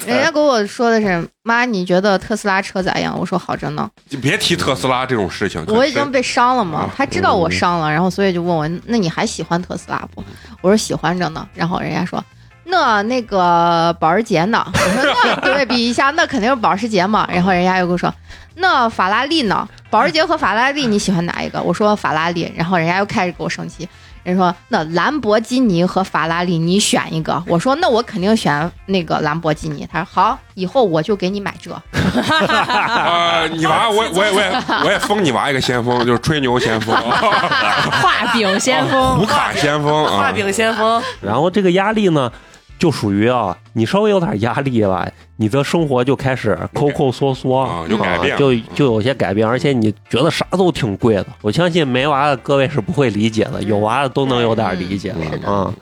人家给我说的是妈，你觉得特斯拉车咋样？我说好着呢，就别提特斯拉这种事嗯情，我已经被伤了嘛啊，他知道我伤了，然后所以就问我，那你还喜欢特斯拉不？我说喜欢着呢，然后人家说。那那个保时捷呢？我说那对比一下，那肯定是保时捷嘛。然后人家又跟我说，那法拉利呢？保时捷和法拉利你喜欢哪一个？我说法拉利。然后人家又开始给我生气，人说那兰博基尼和法拉利你选一个。我说那我肯定选那个兰博基尼。他说好，以后我就给你买这。啊、你娃我我也我也我也封你娃一个先锋，就是吹牛先锋。画饼先啊锋胡，卡先锋啊，画饼先锋， [LAUGHS] 然后这个压力呢，就属于啊，你稍微有点压力吧，你的生活就开始抠抠缩缩啊有改变就就有些改变，而且你觉得啥都挺贵的。我相信没娃的各位是不会理解嗯的，有娃的都能有点理解嗯是了的啊。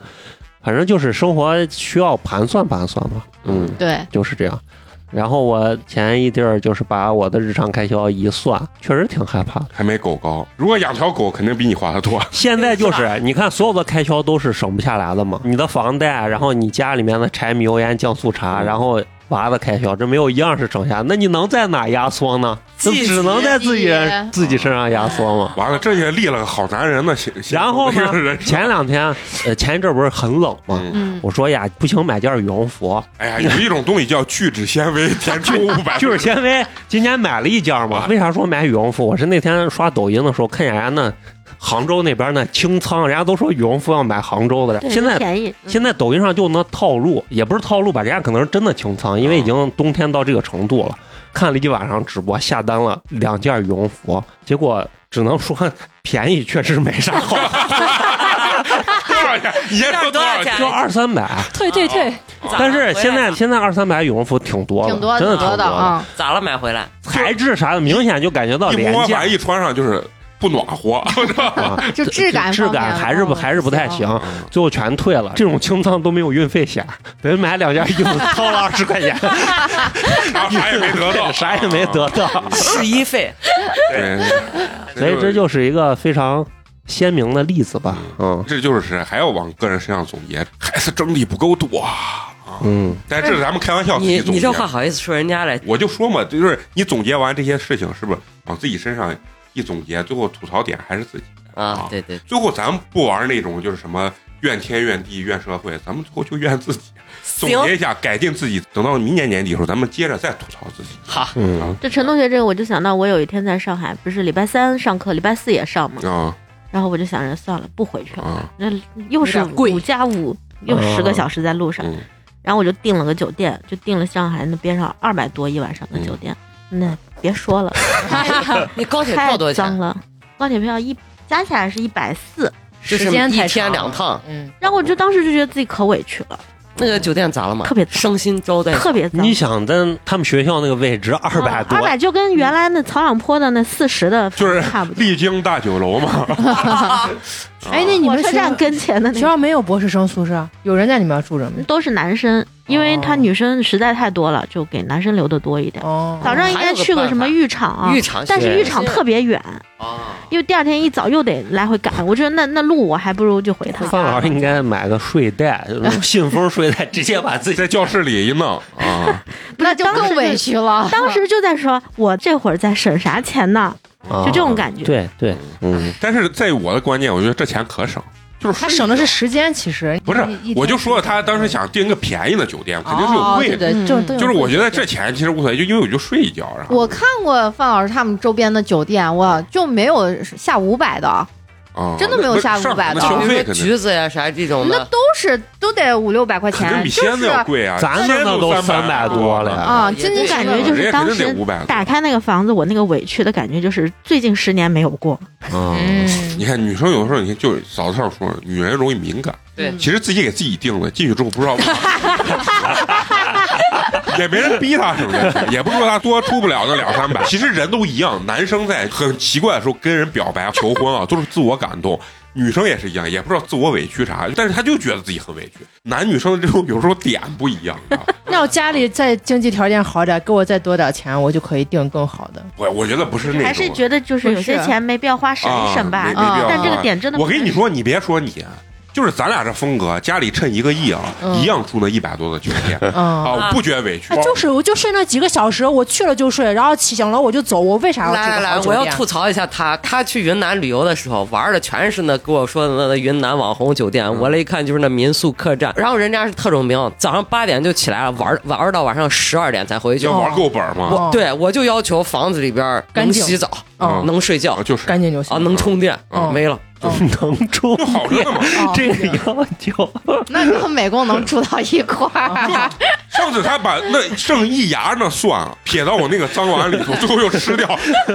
反正就是生活需要盘算盘算嘛，嗯，对，就是这样。然后我前一阵儿就是把我的日常开销一算，确实挺害怕的。还没狗高。如果养条狗，肯定比你花的多。现在就是，你看所有的开销都是省不下来的嘛，你的房贷，然后你家里面的柴米油盐酱醋茶，嗯然后娃的开销，这没有一样是省下。那你能在哪压缩呢？这自己只能在自己人自己身上压缩嘛。完了，嗯这也立了个好男人的形象。然后呢这个人，前两天，呃，前一阵儿不是很冷吗？嗯嗯，我说呀，不行，买件羽绒服，哎呀，有一种东西叫聚酯纤维，填充五 [LAUGHS] 百。聚酯纤维，今年买了一件嘛。为啥说买羽绒服？我是那天刷抖音的时候看见人家啊那杭州那边那清仓，人家都说羽绒服要买杭州的，对现在便宜，嗯现在抖音上就那套路，也不是套路吧，人家可能是真的清仓，因为已经冬天到这个程度了。看了一晚上直播，下单了两件羽绒服，结果只能说便宜，确实没啥 [LAUGHS] 好，多少 [LAUGHS] 钱？你先说多少这样就钱？ [LAUGHS] 多少钱二三百。退退退，咋了但是现回来在现在二三百羽绒服挺多的，挺多真的挺多的的，啊。咋了买回来？材质啥的明显就感觉到一廉摸，价反正一穿上就是不暖和。 [LAUGHS] [LAUGHS] 啊，就质感质方面感了还是不哦还是不太行行，嗯最后全退了。这种清仓都没有运费险，等于买两件 [LAUGHS] 衣服掏了二十块钱，然后啥也没得到，啥也没得到。试衣费，对。所以这就是一个非常鲜明的例子吧。嗯这就是还要往个人身上总结，还是挣的不够多。啊嗯， [LAUGHS] 但这是咱们开玩笑自你己总你结这。话好意思说人家嘞？我就说嘛，就是你总结完这些事情，是不是往自己身上一总结，最后吐槽点还是自己。啊，对对，最后咱们不玩那种就是什么怨天怨地怨社会，咱们最后就怨自己，总行结一下，改进自己。等到明年年底的时候，咱们接着再吐槽自己。啊好，嗯，这陈同学这个，我就想到我有一天在上海，不是礼拜三上课，礼拜四也上嘛，啊然后我就想着算了，不回去了，啊，那又是有点贵五加五，又十个小时在路上，嗯然后我就订了个酒店，就订了上海那边上二百多一晚上的酒店，嗯那别说 [LAUGHS] 了，你高铁太票多少脏钱？了，高铁票一加起来是一百四，就是时间一太天长两趟，嗯，然后我就当时就觉得自己可委屈了，那个酒店咋了嘛？特别脏伤心招待，特别脏。你想在他们学校那个位置二百多二，百就跟原来那曹朗坡的那四十的就是差不多。丽晶大酒楼 [LAUGHS] 嘛。 [LAUGHS] 哎，那你火们车学站跟前的那学个校没有博士生宿舍，有人在里面住着没？都是男生，因为他女生实在太多了，就给男生留的多一点。哦，早上应该去个什么浴场啊，浴场，但是浴场是特别远，啊，因为第二天一早又得来回赶。我觉得那那路我还不如就回趟。范老师应该买个睡 [LAUGHS] 袋，就是信封睡袋，直接把自己在教室里一弄啊，那就更委屈了。当时就在说，我这会儿在省啥钱呢？就 [LAUGHS] 就这哦种感觉啊对对，嗯，但是在我的观念，我觉得这钱可省，就是他省的是时间，其实不是你一？天我就说他当时想订个便宜的酒店，肯定是有嗯哦贵对的。对，就就是我觉得这钱其实无所谓，就因为我就睡一觉，然后我看过范老师他们周边的酒店，我就没有下五百的，啊，真的没有那下上500的那消比费如肯说定橘子呀啥这种那的，都是都得五六百块肯定钱，比就西安是的要贵啊，咱们那都三300多了呀啊，也真的都感感觉觉就是就是当时五百，打开那个房子，我那个委屈的感觉就是最近十年没有过。嗯，嗯，你看女生有时候，你看就嫂子上说，女人容易敏感，对其实自己给自己定的，进去之后不知道为啥， [LAUGHS] 也没人逼她什么的，也不说她多出不了那两三百。其实人都一样，男生在很奇怪的时候跟人表白、求婚啊，都是自我感动。女生也是一样，也不知道自我委屈啥，但是她就觉得自己很委屈。男女生这种有时候点不一样，你知道吧那我家里再经济条件好点，给我再多点钱，我就可以订更好的。我我觉得不是那还是种。啊觉得就是有些不是钱没必要花，省一省吧啊嗯没。没必要但这个花点真的，我跟你，说，你别说你，啊就是咱俩这风格，家里趁一个亿啊，嗯一样住那一百多的酒店啊，嗯，我不觉得委屈。就是我就睡那几个小时，我去了就睡，然后醒了我就走，我为啥要来来住个好来，酒我店？要吐槽一下他，他去云南旅游的时候玩的全是那跟我说的那那云南网红酒店，嗯我来一看就是那民宿客栈，然后人家是特种兵，早上八点就起来了，玩玩到晚上十二点才回去要。玩够本儿吗？哦我对我就要求房子里边干能净哦洗澡，嗯能睡觉啊，就是干净就行。啊，能充电嗯，没了。能住就好着呢嘛。哦这个要求，啊那跟美工能住到一块儿， [LAUGHS] 啊上次他把那剩一牙那蒜啊撇到我那个脏碗里头，最后又吃掉，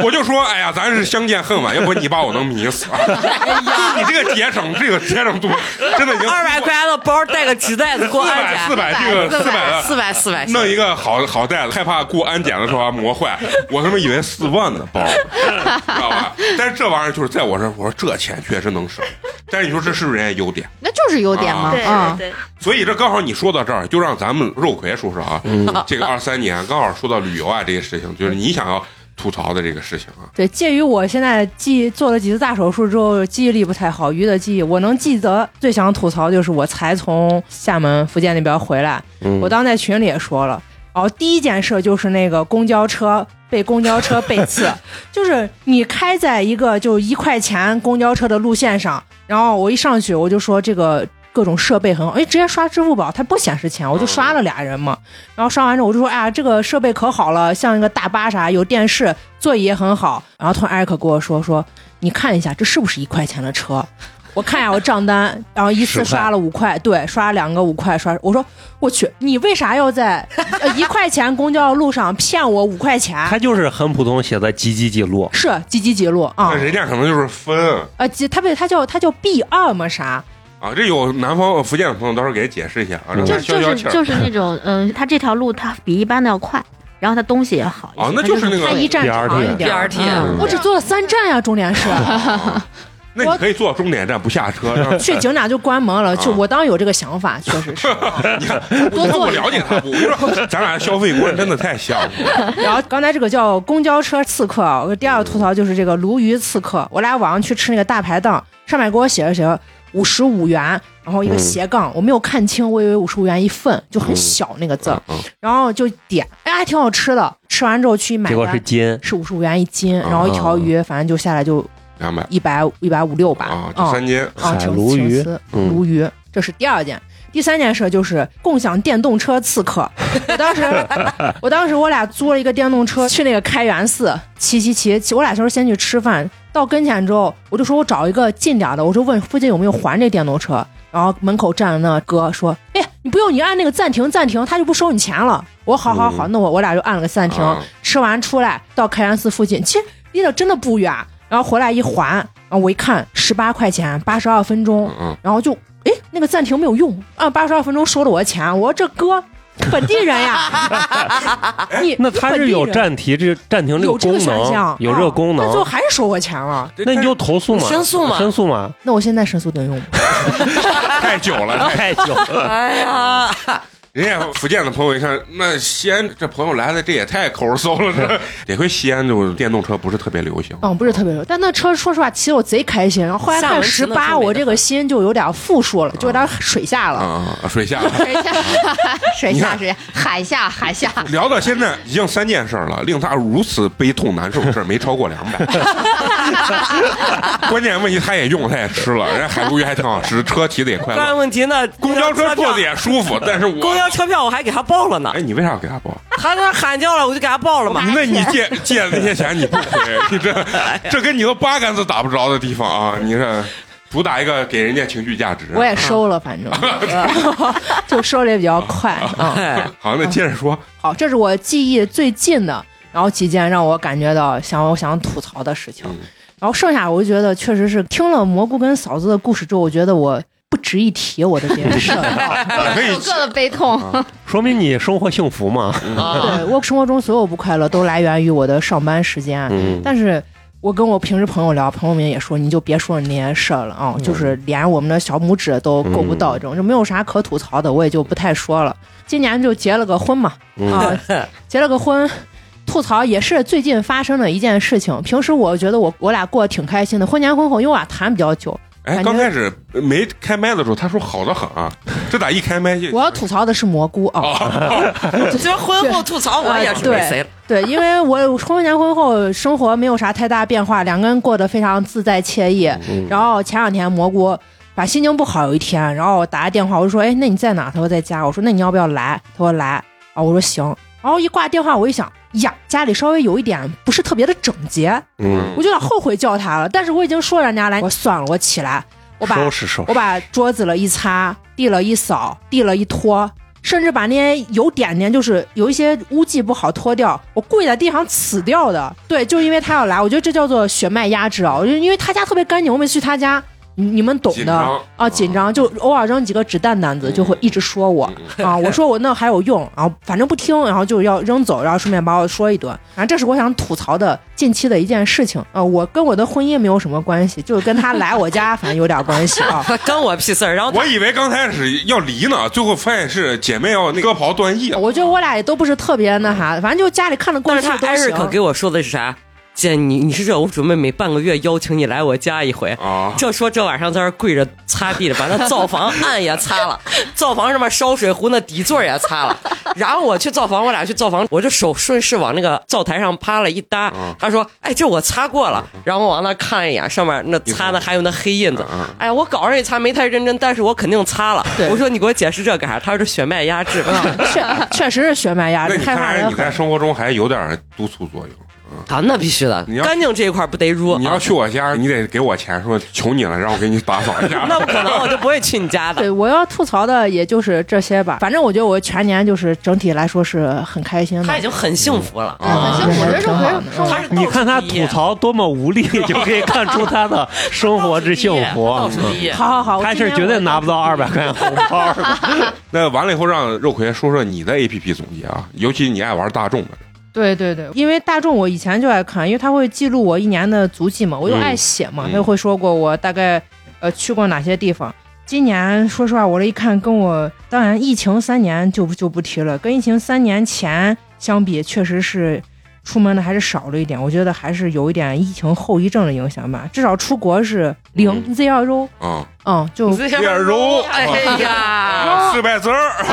我就说，哎呀，咱是相见恨晚，要不你把我能迷死。啊哎就你这个节省，这个节省度真的已经二百块钱的包，带个纸袋子过四安百检，四百这个四百的啊四百四百，弄一个好好袋子，害怕过安检的时候把它啊磨坏。我他妈以为四万的包，知道吧？ [LAUGHS] 但是这玩意儿就是在我这儿，我说这钱确实能省。 [LAUGHS] 但是你说这是不是人家优点？那就是优点嘛。啊嗯，对，所以这刚好你说到这儿，就让咱们肉葵叔叔啊，嗯 [LAUGHS] 这个二三年刚好说到旅游啊这些事情，就是你想要吐槽的这个事情啊。对，介于我现在记忆做了几次大手术之后，记忆力不太好，鱼的记忆，我能记得最想吐槽就是我才从厦门、福建那边回来，嗯我当时在群里也说了，哦，第一件事就是那个公交车被公交车背刺，就是你开在一个就一块钱公交车的路线上，然后我一上去我就说这个。各种设备很好，哎，直接刷支付宝，它不显示钱，我就刷了俩人嘛。然后刷完之后，我就说，哎呀，这个设备可好了，像一个大巴啥，有电视，座椅也很好。然后突然艾瑞克跟我说，说你看一下，这是不是一块钱的车？我看一下我账单，然后一10次块刷了五块，对，刷了两个五块，刷我说我去，你为啥要在呃一块钱公交路上骗我五块钱？他就是很普通写的几几几路，是几几几路啊那？人家可能就是分呃，几他不他叫他叫 B 二嘛啥？啊，这有南方福建的朋友到时候给解释一下啊，嗯让就他消就消是气儿。就是那 [LAUGHS] 种，嗯，它这条路它比一般的要快，然后它东西也好一些。啊那它就是是那个他一站啊 BRT 长一点儿。 BRT 啊嗯我只坐了三站呀、重 [LAUGHS] 点是那你可以坐到终点站不下车，让 [LAUGHS] 去景点就关门了。啊就我当时有这个想法，确实是。你看，我都不了解他，我跟你说，咱俩消费观真的太像了。 [LAUGHS] 然后刚才这个叫公交车刺客啊，我第二个吐槽就是这个鲈鱼刺客。我俩晚上去吃那个大排档，上面给我写着写着五十五元，然后一个斜杠，我没有看清，我以为五十五元一份，就很小那个字儿，嗯嗯然后就点，哎，还挺好吃的。吃完之后去买结果是啊单。金，是五十五元一斤，然后一条鱼，反正就下来就两 [LAUGHS] 百一百一百五六吧，啊，嗯这三斤啊，海挺啊鲈挺鱼丝嗯鲈鱼，这是第二件。第三件事就是共享电动车刺客。我当时，我当时我俩租了一个电动车去那个开元寺骑骑骑，骑我俩就是先去吃饭，到跟前之后，我就说我找一个近点儿的，我就问附近有没有还这电动车，然后门口站着那哥说，哎， [LAUGHS] 你不用，你按那个暂停暂停，他就不收你钱了。我说好好嗯好，那我我俩就按了个暂停，嗯啊吃完出来到开元寺附近，其实离得真的不远。然后回来一还，然后我一看十八块钱，八十二分钟嗯，嗯然后就哎，那个暂停没有用，按八十二分钟收了我的钱。我说这哥，本地人呀， [LAUGHS] 你那它是有你本地人暂停这暂停这有个这个功选项能，，有这个啊功那最后能，还是收我钱了。这那你就投诉嘛，申诉嘛申诉嘛，那我现在申诉能用吗？太久了，太太久了。哎呀，人家福建的朋友一看，那西安这朋友来的这也太口儿馊了，嗯这得亏西安这种电动车不是特别流行。嗯，不是特别熟，但那车说实话骑得我贼开心。然后后来厦看门骑十那车八，没得我这个心就有点负数了，就有点水下了。啊、嗯，水下了。水下，水你下，看水下，啊 [LAUGHS] 海下，海下，聊到现在已经三件事了，令他如此悲痛难受的事儿没超过两百。关键问题他也用，他也吃了，人家海鲈鱼还挺好吃，车骑的也快关键乐，问题呢，公交车坐的票也舒服。但是公我，交车票我还给他报了呢哎，，你为啥要给他报？他在那喊叫了，我就给他报 [LAUGHS] 了嘛。那你借借的那些钱你不回，你 [LAUGHS] 这哎这跟你都八竿子打不着的地方啊！你这主打一个给人家情绪价值。啊我也收 [LAUGHS] 了，[LAUGHS] 反正就收的也比较快啊。哎，好，那接着说，好，这是我记忆最近的，然后几件让我感觉到想我想吐槽的事情嗯。然后剩下我就觉得确实是听了蘑菇跟嫂子的故事之后，我觉得我不值一提我这件事儿。可以有各的悲痛。说明你生活幸福嘛？ [LAUGHS] 啊， [LAUGHS] 对我生活中所有不快乐都来源于我的上班时间，啊嗯，但是我跟我平时朋友聊，朋友们也说，你就别说你那些事儿了啊、就是连我们的小拇指都够不到，这种就没有啥可吐槽的，我也就不太说了。今年就结了个婚嘛，啊，结了个婚。吐槽也是最近发生的一件事情。平时我觉得我我俩过得挺开心的，婚前婚后，因为我俩谈比较久。哎，感觉刚开始没开麦的时候，他说好的很啊，这咋一开麦就我要吐槽的是蘑菇啊， [LAUGHS] 这婚后吐槽我也是没谁了。啊对，因为我婚前婚后生活没有啥太大变化，两个人过得非常自在惬意。然后前两天蘑菇把心情不好有一天，然后我打个电话，我就说：“哎，那你在哪？”他说在家。我说：“那你要不要来？”他说：“来。”啊，我说行。然后一挂电话，我一想，呀，家里稍微有一点不是特别的整洁，嗯，我就有点后悔叫他了。但是我已经说人家来，我算了，我起来，我把收拾收拾我。把桌子了一擦，地了一扫，地了一拖，甚至把那些有点点，就是有一些污迹不好拖掉，我跪在地上呲掉的。对，就是因为他要来，我觉得这叫做血脉压制啊！我就因为他家特别干净，我每次去他家，你你们懂紧的张啊，紧张就偶尔扔几个纸蛋蛋子，就会一直说我嗯啊，我说我那还有用，然后反正不听，然后就要扔走，然后顺便把我说一顿。反正这是我想吐槽的近期的一件事情啊，我跟我的婚姻没有什么关系，就是跟他来我家， [LAUGHS] 反正有点关系啊。跟我屁事儿，然后我以为刚开始要离呢，最后发现是姐妹要那割袍啊断义。我觉得我俩也都不是特别那啥，反正就家里看得过但去是他都艾瑞克行。给我说的是啥？姐，你你是这，我准备每半个月邀请你来我家一回。啊，这说这晚上在那儿跪着擦地的，把那灶房案也擦了，灶房什么烧水壶那底座也擦了。然后我去灶房，我俩去灶房，我这手顺势往那个灶台上趴了一搭。他说：“哎，这我擦过了。”然后我往那看了一眼，上面那擦的还有那黑印子。哎，我搞上一擦没太认真，但是我肯定擦了。我说你给我解释这干啥？他说这血脉压制。确确实是血脉压那你力，开看发来人你在很。生活中还有点督促作用。嗯啊，那必须的你，要干净这一块不得入。啊你要去我家，你得给我钱，说求你了，让我给你打扫一下。 [LAUGHS] 那不可能，我就不会去你家的。对，我要吐槽的也就是这些吧。反正我觉得我全年就是整体来说是很开心的他已。经很幸福了，啊很幸福，这是挺好回的生活他是你看他倒数第一吐槽多么无 [LAUGHS] 力，就可以看出他的生活之幸福。嗯倒数第一。好好好，我 [LAUGHS] 哎他今是天绝对我拿不到二百块钱红包的。 [LAUGHS] 那完了以后，让肉葵说说你的 A P P 总结啊，尤其你爱玩大众的。对对对，因为大众我以前就爱看，因为它会记录我一年的足迹嘛，我就爱写嘛，嗯他就会说过我大概呃去过哪些地方。今年说实话，我这一看跟我当然疫情三年就不就不提了，跟疫情三年前相比，确实是出门的还是少了一点，我觉得还是有一点疫情后遗症的影响吧，至少出国是嗯零 Z 二 O，啊，嗯，就这样揉，哎呀，四百字儿， [LAUGHS]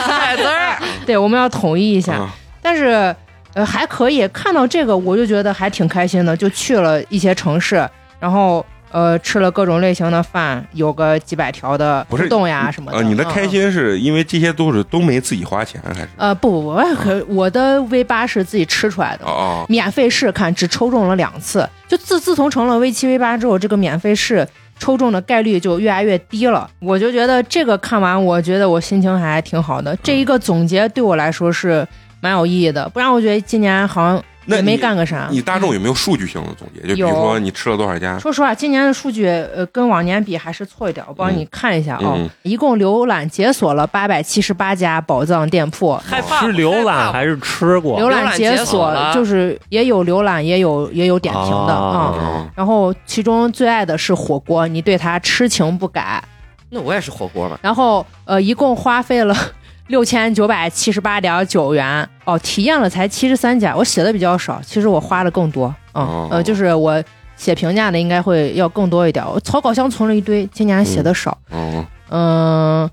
菜字儿，对，我们要统一一下。啊但是呃还可以看到这个，我就觉得还挺开心的，就去了一些城市，然后呃吃了各种类型的饭，有个几百条的不是互动呀什么的。呃，你的嗯开。嗯心是因为这些都是都没自己花钱还是？呃，不不不，我也可我的 V 八是自己吃出来的，啊哦免费试看只抽中了两次，就自自从成了 V 七 V 八之后，这个免费试抽中的概率就越来越低了。我就觉得这个看完，我觉得我心情嗯还挺好的。这一个总结对我来说是蛮有意义的，不然我觉得今年好像那也你没干个啥。嗯你大众有没有数据性的总结？就比如有说你吃了多少家？说实话，今年的数据呃跟往年比还是错一点，我帮你看一下啊、嗯一共浏览解锁了八百七十八家宝藏店铺，害怕是浏览还是吃过？浏浏览览解解锁了就是也有浏览，也有也有点评的啊、哦嗯，然后其中最爱的是火锅，你对它痴情不改。 [LAUGHS] 那我也是火锅嘛，然后呃，一共花费了 [LAUGHS] 六千九百七十八点九元哦，体验了才七十三家，我写的比较少，其实我花了更多啊、哦呃，就是我写评价的应该会要更多一点，我草稿箱存了一堆，今年嗯写的少，哦，嗯。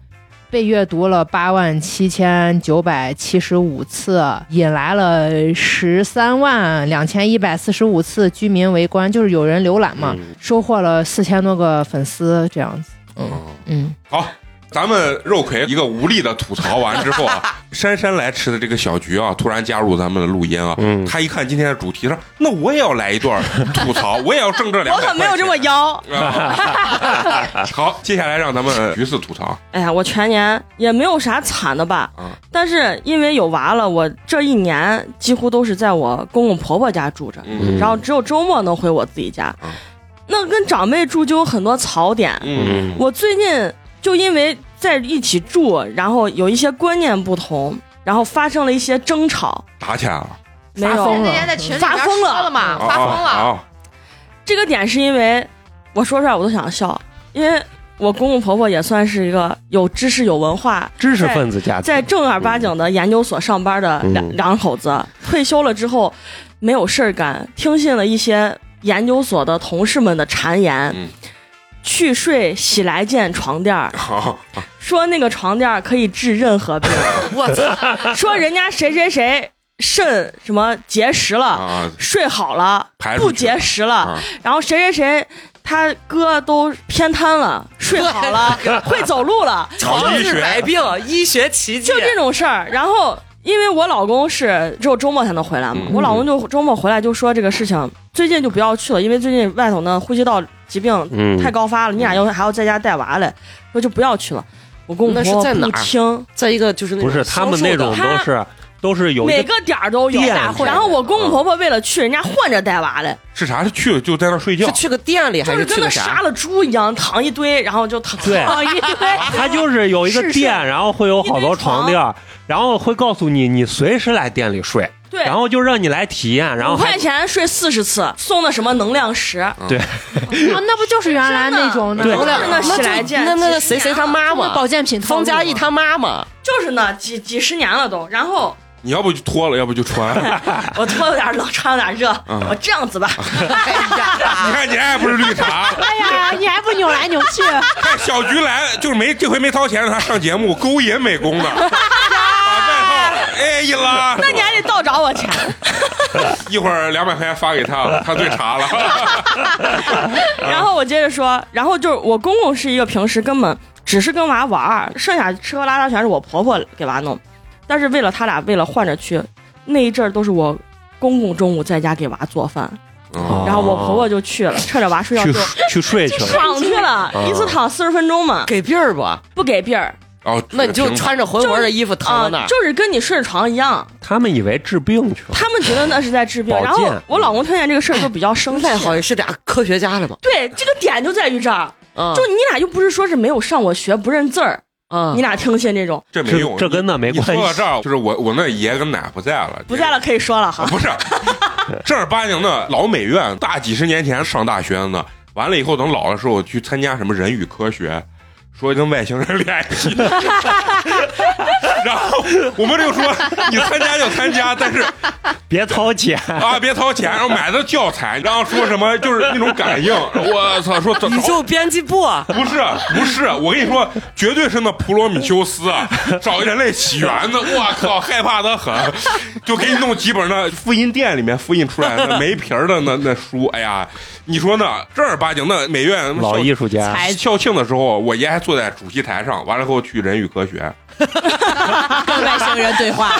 被阅读了八万七千九百七十五次，引来了十三万两千一百四十五次居民围观，就是有人浏览嘛，嗯收获了四千多个粉丝这样子。嗯哦嗯，好，咱们肉葵一个无力的吐槽完之后 [LAUGHS] 啊，姗姗来迟的这个小菊啊，突然加入咱们的录音啊，嗯他一看今天的主题，说那我也要来一段吐槽，我也要挣这两我百块钱。可 [LAUGHS] 没有这么妖。啊。 [LAUGHS] 好，接下来让咱们菊次吐槽。哎呀，我全年也没有啥惨的吧，嗯但是因为有娃了，我这一年几乎都是在我公公婆婆家住着，嗯然后只有周末能回我自己家。嗯那跟长辈住就有很多槽点。嗯我最近就因为在一起住，然后有一些观念不同，然后发生了一些争吵。打起来了，没发疯有了那天在群里发边疯了说了嘛，哦啊发疯啊了，啊这个点是因为我说出来我都想笑，因为我公公婆婆也算是一个有知识、有文化、知识分子家庭在正儿八经的研究所上班的两、嗯两口子，退休了之后没有事儿干，听信了一些研究所的同事们的谗言，嗯去睡喜来健床垫儿，哦好，说那个床垫儿可以治任何 [LAUGHS] 病，我操，说人家谁谁谁肾什么结石了，啊，睡好了排出不去了结石了，啊然后谁谁谁。他哥都偏瘫了，睡 [LAUGHS] 好了， [LAUGHS] 会走路了，搞医治百学，病，医学奇迹就，这种事儿。然后因为我老公是只有周末才能回来嘛，嗯我老公就周末回来就说这个事情最近就不要去了，因为最近外头呢呼吸道疾病嗯太高发了，你俩要还要在家带娃嘞，说就不要去了。我公公那是婆婆在哪不儿听，再一个就是那种不是他们那种销售他都是啊都是有一每个个点儿都有店大。会然后我公公婆婆为了去，人家换着带娃嘞，是啥？是去了就在那睡的觉是，去个店里还就是是跟去那个杀啥？了猪一样躺一堆，然后就躺对躺一堆。他就是有一个是是店，然后会有好多床垫儿，然后会告诉你你随时来店里睡，对，然后就让你来体验，然后五还块钱睡四十次，送的什么能量石，啊，那不就是原来那种对能量就是那喜来健，那那那几谁谁他妈那嘛保，健品套路方嘉译他妈嘛，就是那几几十年了都。然后你要不就脱了，要不就 [LAUGHS] 穿。我脱有点冷，穿有点热，嗯我这样子吧，你看你爱不是绿茶，哎呀，你还不扭来扭 [LAUGHS] 去？看小菊来就是没这回没掏钱，让他上节目勾引美工 [LAUGHS] 的，把外套哎一拉，那你还得倒找我钱。一会儿两百块钱发给他了，他对查了。然后我接着说，然后就是我公公是一个平时根本只是跟娃玩儿，剩下吃喝拉撒全是我婆婆给娃弄，但是为了他俩为了换着去，那一阵儿都是我。公公中午在家给娃做饭，嗯 [LAUGHS] 哦然后我婆婆就去了，趁着娃睡觉去就 [LAUGHS] 去睡去了。哦躺去了，一次躺四十分钟嘛，给病儿吧？不给币儿哦，那你就穿着回魂的衣服躺啊在那，儿。就是跟你睡床一样，他们以为治病去了，他们觉得那是在治病。保健然后我老公听见这个事儿就比较生气再。好也是俩科学家了嘛，对，这个点就在于这儿，啊，就你俩又不是说是没有上过学不认字儿，啊你，俩听信这种这没这用，这跟那没你关说到系这。儿，就是我我那爷跟奶不在了，不在了可以说了哈啊，。不是正儿八经的老美院，大几十年前上大学呢，完了以后等老的时候去参加什么人与科学。说跟外星人联系， [LAUGHS] 然后我们就说你参加就参加，但是 [LAUGHS] 别掏钱，啊，别掏钱，然后买的教材，然后说什么就是那种感应，我操，说怎宇宙编辑部啊，不是不是，我跟你说，绝对是那普罗米修斯啊，找人类起源的，我靠，害怕的很，就给你弄几本那复印店里面复印出来的没皮儿的那那书，哎呀，你说呢？正儿八经的美院老校艺术家校庆的时候，我爷还坐在主席台上，完了后去人与科学，跟外星人 [LAUGHS] 对话，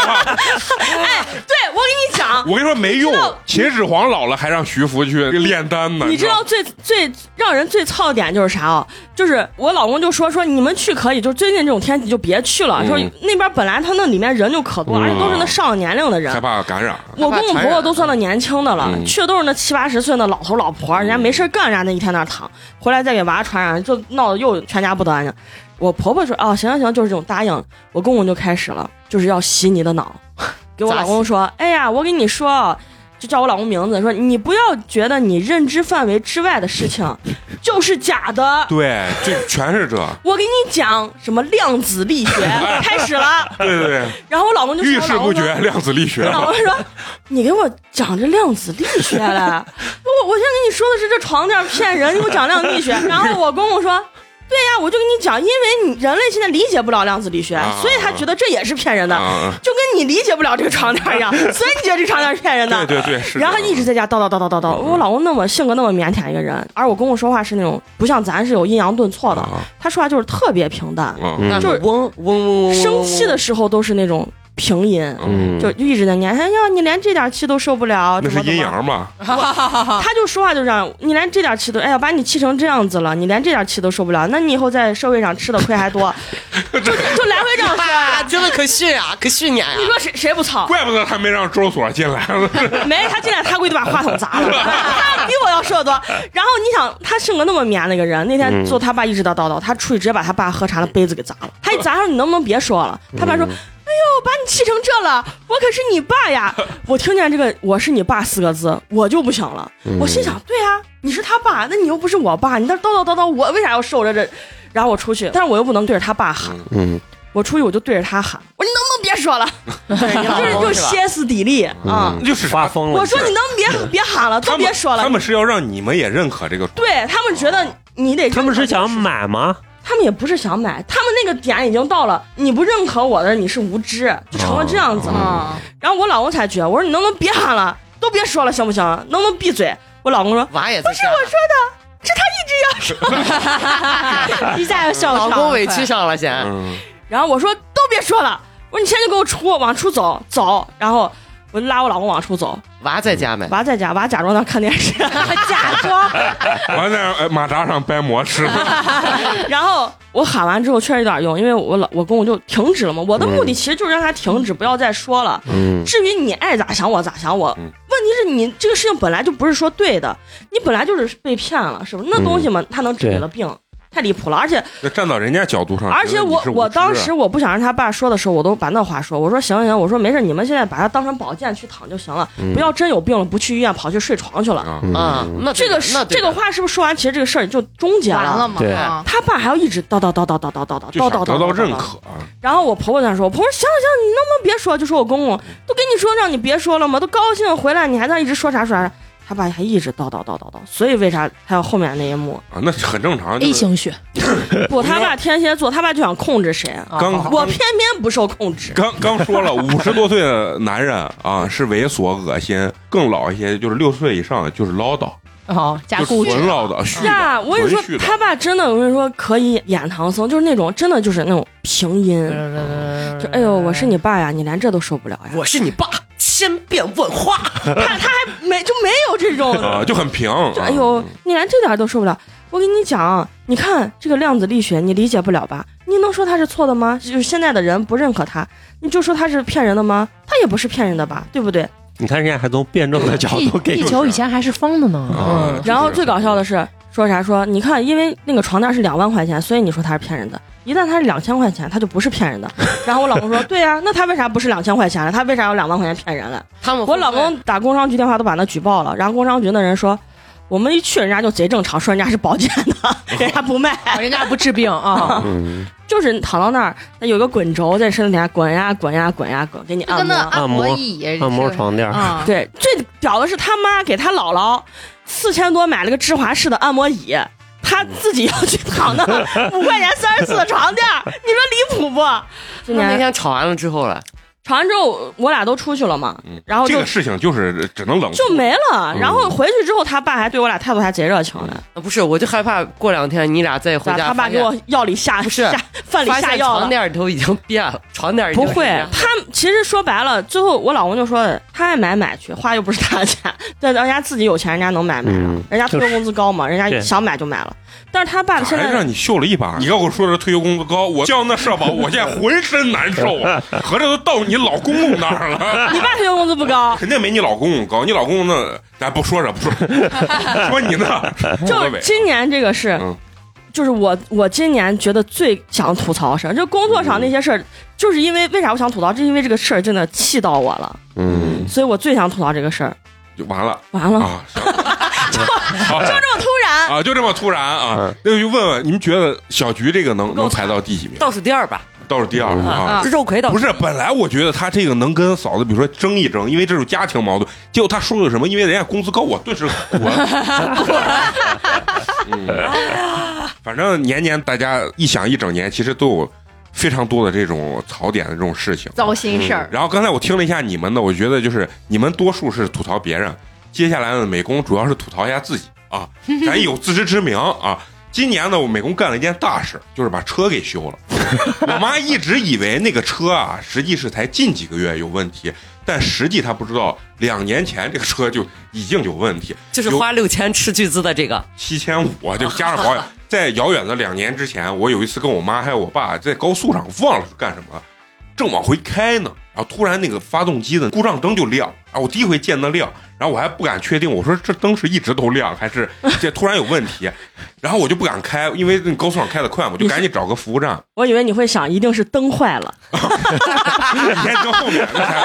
哎对我跟 [LAUGHS] 你讲，我跟你说没用知道，秦始皇老了还让徐福去炼丹呢，你知道最最让人最操的点就是啥啊？就是我老公就说说你们去可以，就是最近这种天气就别去了。嗯说那边本来他那里面人就可多，嗯而且都是那上了年龄的人害。怕啊感染，我公公婆婆都算到年轻的了，嗯去的都是那七八十岁的老头老婆，人家没事干，人家那一天那儿躺，回来再给娃传染，就闹得又全家不得安宁。我婆婆说啊，行行行，就是这种答应。我公公就开始了，就是要洗你的脑， [LAUGHS] 给我老公说，哎呀，我跟你说，就叫我老公名字，说你不要觉得你认知范围之外的事情就是假的。对，这全 [LAUGHS] 是这，我给你讲什么量子力学 [LAUGHS] 开始了，对对对，然后我老公就说遇事不决，量子力学 [LAUGHS] 我老公 [LAUGHS] 说：“你给我讲这量子力学来， [LAUGHS] 我我现在跟你说的是这床垫骗人，你给我讲量子 [LAUGHS] 力学。”然后我公公说：“对呀，我就跟你讲，因为你人类现在理解不了量子力学啊，所以他觉得这也是骗人的，啊，就跟你理解不了这个床垫 [LAUGHS] 一样，所以你觉得这床垫是骗人的。”对对对，是这然样。后一直在家叨叨叨叨叨叨。我老公那么性格那么腼腆一个人，而我公公说话是那种不像咱是有阴阳顿挫的，啊他说话就是特别平淡，啊嗯就是嗡嗡嗡嗡，生气的时候都是那种平音。嗯，就就一直在念，哎呀，你连这点气都受不了，那怎是么怎阴么？ [LAUGHS] 阳嘛？他就说话就这样，你连这点气都，哎呀，把你气成这样子了，你连这点气都受不了，那你以后在社会上吃的亏还多，就就来回这样啊，说。真的可训啊，可训你啊！你说谁谁不操？怪不得他没让周所进来， [LAUGHS] 没，他进来他估计就把话筒砸了，他比我要说的多。然后你想，他性格那么绵的一个人，那天嗯做他爸一直叨叨叨，他出去直接把他爸喝茶的杯子给砸了。他一砸上，你能不能别说了？嗯嗯他爸说。哦我把你气成这了，我可是你爸呀！我听见这个“我是你爸”四个字，我就不行了。我心想，对啊，你是他爸，那你又不是我爸，你在这叨叨叨叨，我为啥要受着这？然后我出去，但是我又不能对着他爸喊，嗯我出去我就对着他喊，我说你能不能别说了， [LAUGHS] 就是就歇斯底里啊！嗯就是发疯了。我说你能别别喊了，他都们别说了他。们是要让你们也认可这个，对他们觉得你得，他们是想，买吗？他们也不是想买，他们那个点已经到了，你不认可我的，你是无知，就成了这样子了。嗯，然后我老公才觉，我说你能不能别喊了，都别说了，行不行？能不能闭嘴？我老公说娃也不是 [LAUGHS] 我 [LAUGHS] 一下就笑老场公委屈上了先，嗯，然后我说都别说了，我说你现在就给我出，往出走走。然后我就拉我老公往出走，娃在家没？娃在家，娃假装在看电视，假装。完在呃马扎上掰馍吃， [LAUGHS] 然后我喊完之后确实有点用，因为我老我公公就停止了嘛。我的嗯目的其实就是让他停止，不要再说了。嗯至于你爱咋想我咋想我，嗯问题是你这个事情本来就不是说对的，你本来就是被骗了，是不嗯是？那东西嘛，它能治你的病，太离 [LAUGHS] 谱了。而且那站到人家角度上，而且我啊觉得你是无知我当时我不想让他爸说的时候，我都把那话说，我说行行行，我说没事，你们现在把它当成保健去躺就行了，不要真有病了不去医院跑去睡床去了。嗯啊，啊，那这个是那这个话是不是说完，其实这个事儿就终结完了？了吗？对啊他爸还要一直叨叨叨叨叨叨叨叨就想叨叨叨得到叨认叨。可，然后我婆婆在那说，我婆婆说行了行了，你能不能别说？就说我公公都跟你说让你别说了嘛，都高兴回来，你还在那一直说啥说啥。他爸还一直叨叨叨叨叨，所以为啥还有后面那一幕？啊，那很正哎常。 ，A 就是型血，不，他爸天蝎座，他爸就想控制谁，啊刚我偏偏不受控制。刚刚说了，五十多岁的男人啊是猥琐恶心，更老一些就是六十岁以上就是唠叨，哦，加就固执纯唠叨，絮呀，叨，我跟你纯絮，说叨他爸真的，我跟你说可以演唐僧，就是那种真的就是那种平音，就哎呦，我是你爸呀，你连这都受不了呀，我是你爸，千变万化。没就没有这种啊 [LAUGHS] 就很平，就哎呦，你连这点儿都受不了。我跟你讲，啊你看这个量子力学，你理解不了吧？你能说它是错的吗？就是现在的人不认可它，你就说它是骗人的吗？它也不是骗人的吧，对不对？你看人家还从辩证的角地度给地你，球以前还是方的呢，啊，就是嗯然后最搞笑的是说啥说，你看，因为那个床垫是两万块钱，所以你说它是骗人的。一旦它是两千块钱，它就不是骗人的。然后我老公说，对呀、那他为啥不是两千块钱了？他为啥要两万块钱骗人了？他们我老公打工商局电话都把他举报了，然后工商局的人说，我们一去人家就贼正常，说人家是保健的， [LAUGHS] 人家不卖。哦人家不治 [LAUGHS] 病啊，嗯，就是躺到那儿，那有个滚轴在身体下滚呀滚呀滚呀滚，给你就按跟那摩。按按摩椅似的、按摩床垫儿，啊，对，最屌的是他妈给他姥姥四千多买了个芝华士的按摩椅，他自己要去躺那 [LAUGHS] 五块钱三十四的床垫儿，你说离谱不？今那年天吵完了之后了，吵完之后，我俩都出去了嘛，嗯，然后这就个事情就是只能冷处就没了。嗯然后回去之后，他爸还对我俩态度还贼热情呢，呃不是，我就害怕过两天你俩再回把家，他爸给我药里下不是啊下饭里发下现药床了。垫里啊头已经变了，床垫儿已经不会是这样，他其实说白了，最后我老公就说他爱买买去，花又不是他家，对，人家自己有钱，人家能买买，嗯，人家退就休是工资高嘛，人家对想买就买了。但是他爸现还在让你秀了一把，你跟我说这退休工资高，我交那社保，我现在浑身难受啊，合着都到你老公公那儿了。 [LAUGHS] 你爸退休工资不 [LAUGHS] 高，肯定没你老公公高，你老公那咱不说这，不说 [LAUGHS] 这，说你呢， [LAUGHS] 就无所是谓今年这个事，嗯就是我我今年觉得最想吐槽的事儿，就工作上那些事嗯儿，就是因为为啥我想吐槽，就是因为这个事儿真的气到我了，嗯，所以我最想吐槽这个事儿。就完了完了， [LAUGHS] 啊，行好就这么突然，啊，就这么突然啊嗯，那就问问你们觉得小菊这个能能排到第几名？倒数第二吧，倒数第二啊啊。肉魁倒不数是，本来我觉得他这个能跟嫂子，比如说争一争，因为这是家庭矛盾。结果他说的什么？因为人家工资高，我顿时火了。嗯，反正年年大家一想一整年，其实都有非常多的这种槽点的这种事情。啊嗯糟心事儿。然后刚才我听了一下你们的，我觉得就是你们多数是吐槽别人，接下来呢，美工主要是吐槽一下自己啊，咱有自知之明啊。今年呢，我美工干了一件大事，就是把车给修了。 [LAUGHS] 我妈一直以为那个车啊，实际是才近几个月有问题，但实际她不知道，两年前这个车就已经有问题，就是有花六千吃巨资的这个，七千五，就加上保 [LAUGHS] 养。在遥远的两年之前，我有一次跟我妈还有我爸在高速上忘了是干什么，正往回开呢，然后突然那个发动机的故障灯就亮，啊，我第一回见那亮，然后我还不敢确定，我说这灯是一直都亮还 [LAUGHS] 是这突然有问题，然后我就不敢开，因为那高速上开的快嘛，我就赶紧找个服务站，我以为你会想一定是灯坏了， [LAUGHS] 连车后面那台，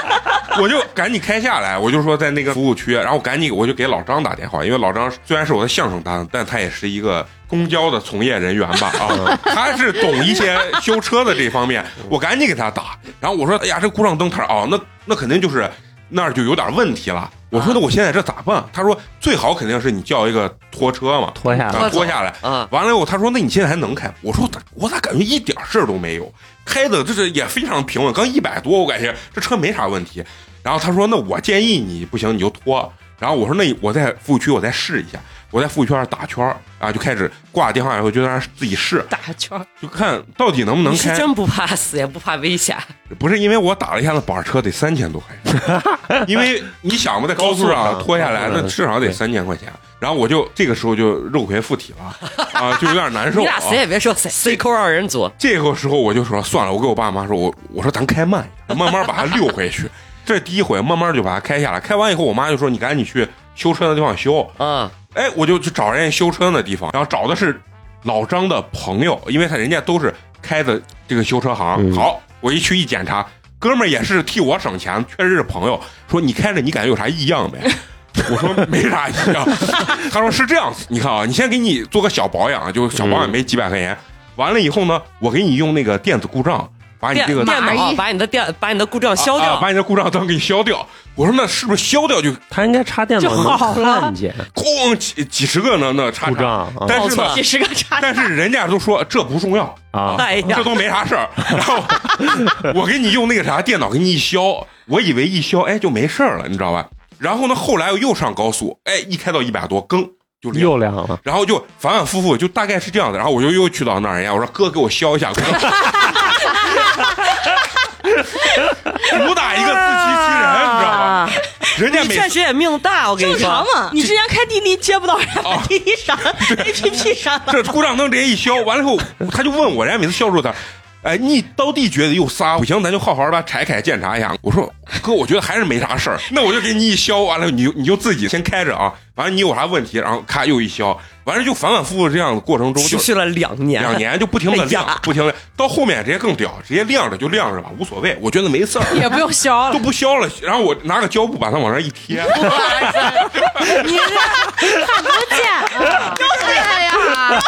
我就赶紧开下来，我就说在那个服务区，然后赶紧我就给老张打电话，因为老张虽然是我的相声搭档，但他也是一个公交的从业人员吧啊，他是懂一些修车的这方面，我赶紧给他打，然后我说哎呀这故障灯他说哦那那肯定就是那儿就有点问题了，我说那我现在这咋办？他说最好肯定是你叫一个拖车嘛，脱下来啊拖走拖下来。啊，完了以后，他说：“那你现在还能开吗？”我说：“我咋感觉一点事儿都没有，开的这是也非常平稳，刚一百多，我感觉这车没啥问题。”然后他说：“那我建议你不行你就拖。”然后我说：“那我在服务区我再试一下，我在服务区那打圈儿啊，就开始挂电话以后就在那儿自己试，打圈儿，就看到底能不能你是开。真不怕死，也不怕危险，不是因为我打了一下子板儿车得三千多块 [LAUGHS] 钱，因为你想嘛，在高速高速上上拖下来嗯那嗯至少得对三千块钱。然后我就这个时候就肉魁附体 [LAUGHS] 了啊，就有点难受。你俩啊谁也别说谁，C 扣二人组，这个时候我就说算了，我跟我爸妈说，我我说咱开慢一点，慢慢把它溜回去。这是第一回，慢慢就把它开下来。开完以后，我妈就说你赶紧去修车的地方修。啊，哎，我就去找人家修车的地方，然后找的是老张的朋友，因为他人家都是开的这个修车行。嗯好，我一去一检查，哥们儿也是替我省钱，确实是朋友。说你开着你感觉有啥异样没？ [LAUGHS] 我说没啥异样。 [LAUGHS] 他说是这样子，你看啊，你先给你做个小保养，啊就小保养没几百块钱。完了以后呢，我给你用那个电子故障把你电这个啊电脑蚂蚁把你的电把你的故障消啊啊掉，把你的故障灯给你消掉。我说那是不是消掉就他应该插电脑就能好了看见咣几几十个呢？那叉故叉。障啊但是呢报，哦几十个叉但是人家都说这不重要，啊，哎呀这，都没啥事儿。然后我给你用那个啥电脑给你一消，我以为一消哎就没事儿了，你知道吧？然后呢，后来又上高速，哎，一开到一百多，更就亮又亮了，然后就反反复复，就大概是这样的。然后我就又去到那儿，哎人家我说哥给我消一下，主 [LAUGHS] 打一个自欺欺人，你知道吗？啊，人家你每确次实也命大，我跟你正常说，嘛。你之前开滴滴接不到人家啊把滴 [LAUGHS] 滴删了，APP 删了，这故障灯直接一消，完了以后他就问我，人家每次消之后他。哎，你到底觉得有啥不行？咱就好好把拆开检查一下。我说哥，我觉得还是没啥事儿，那我就给你一消，完了你就你就自己先开着啊。完了你有啥问题，然后咔又一消，完了就反反复复这样的过程中，持就续了两年，两年就不停的亮哎呀，不停的到后面直接更屌，直接亮着就亮着吧，无所谓，我觉得没事儿，也不用消都了，不消了。然后我拿个胶布把它往上一贴，[LAUGHS] [LAUGHS] 哎呀，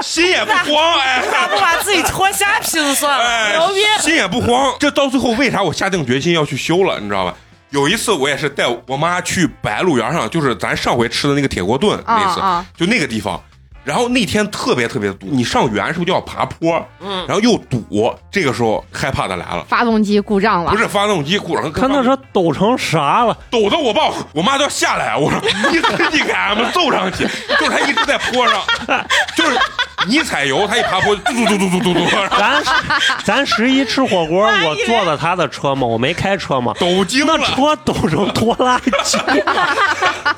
心也不慌，哎。咋不把自己拖瞎劈死算了？哎牛逼！， [LAUGHS] 心也不慌。这到最后为啥我下定决心要去修了，你知道吧？有一次我也是带我妈去白鹿原上，就是咱上回吃的那个铁锅炖啊那次，啊就那个地方。然后那天特别特别堵，你上园是不是就要爬坡？嗯，然后又堵，这个时候害怕的来了，发动机故障了不，是发动机故障，他那时候车抖成啥了？抖得我爸我妈都要下来，我说你自己给俺们揍上去，就是他一直在坡上，就是你踩油，他一爬坡，嘟嘟嘟嘟嘟嘟嘟，然后咱咱十一吃火 [LAUGHS] 锅，哎我坐的他的车嘛，我没开车嘛，抖惊那了。车抖成拖拉 [LAUGHS] 机。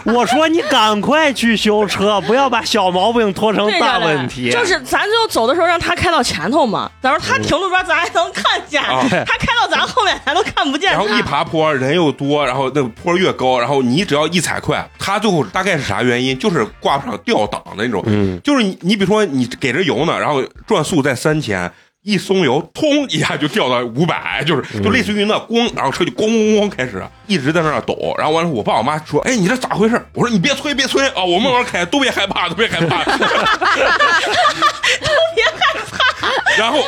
我说你赶快去修车，不要把小毛病拖成对大着嘞问啊题。就是咱最后走的时候让他开到前头嘛，咱说他嗯停路边咱还能看见，啊他开到咱后面咱都看不见然后他。一爬坡，人又多，然后那个坡越高，然后你只要一踩快，他最后大概是啥原因？就是挂不上吊档的那种，嗯，就是你你比如说你给着油呢，然后转速在三千，一松油，通一下就掉到五百，就是就类似于那咣，然后车就咣咣咣开始一直在那儿抖，然后完了我爸我妈说，哎你这咋回事？我说你别催别催啊，我慢慢开，都别害怕，都别害怕， [LAUGHS] 都别害怕。然后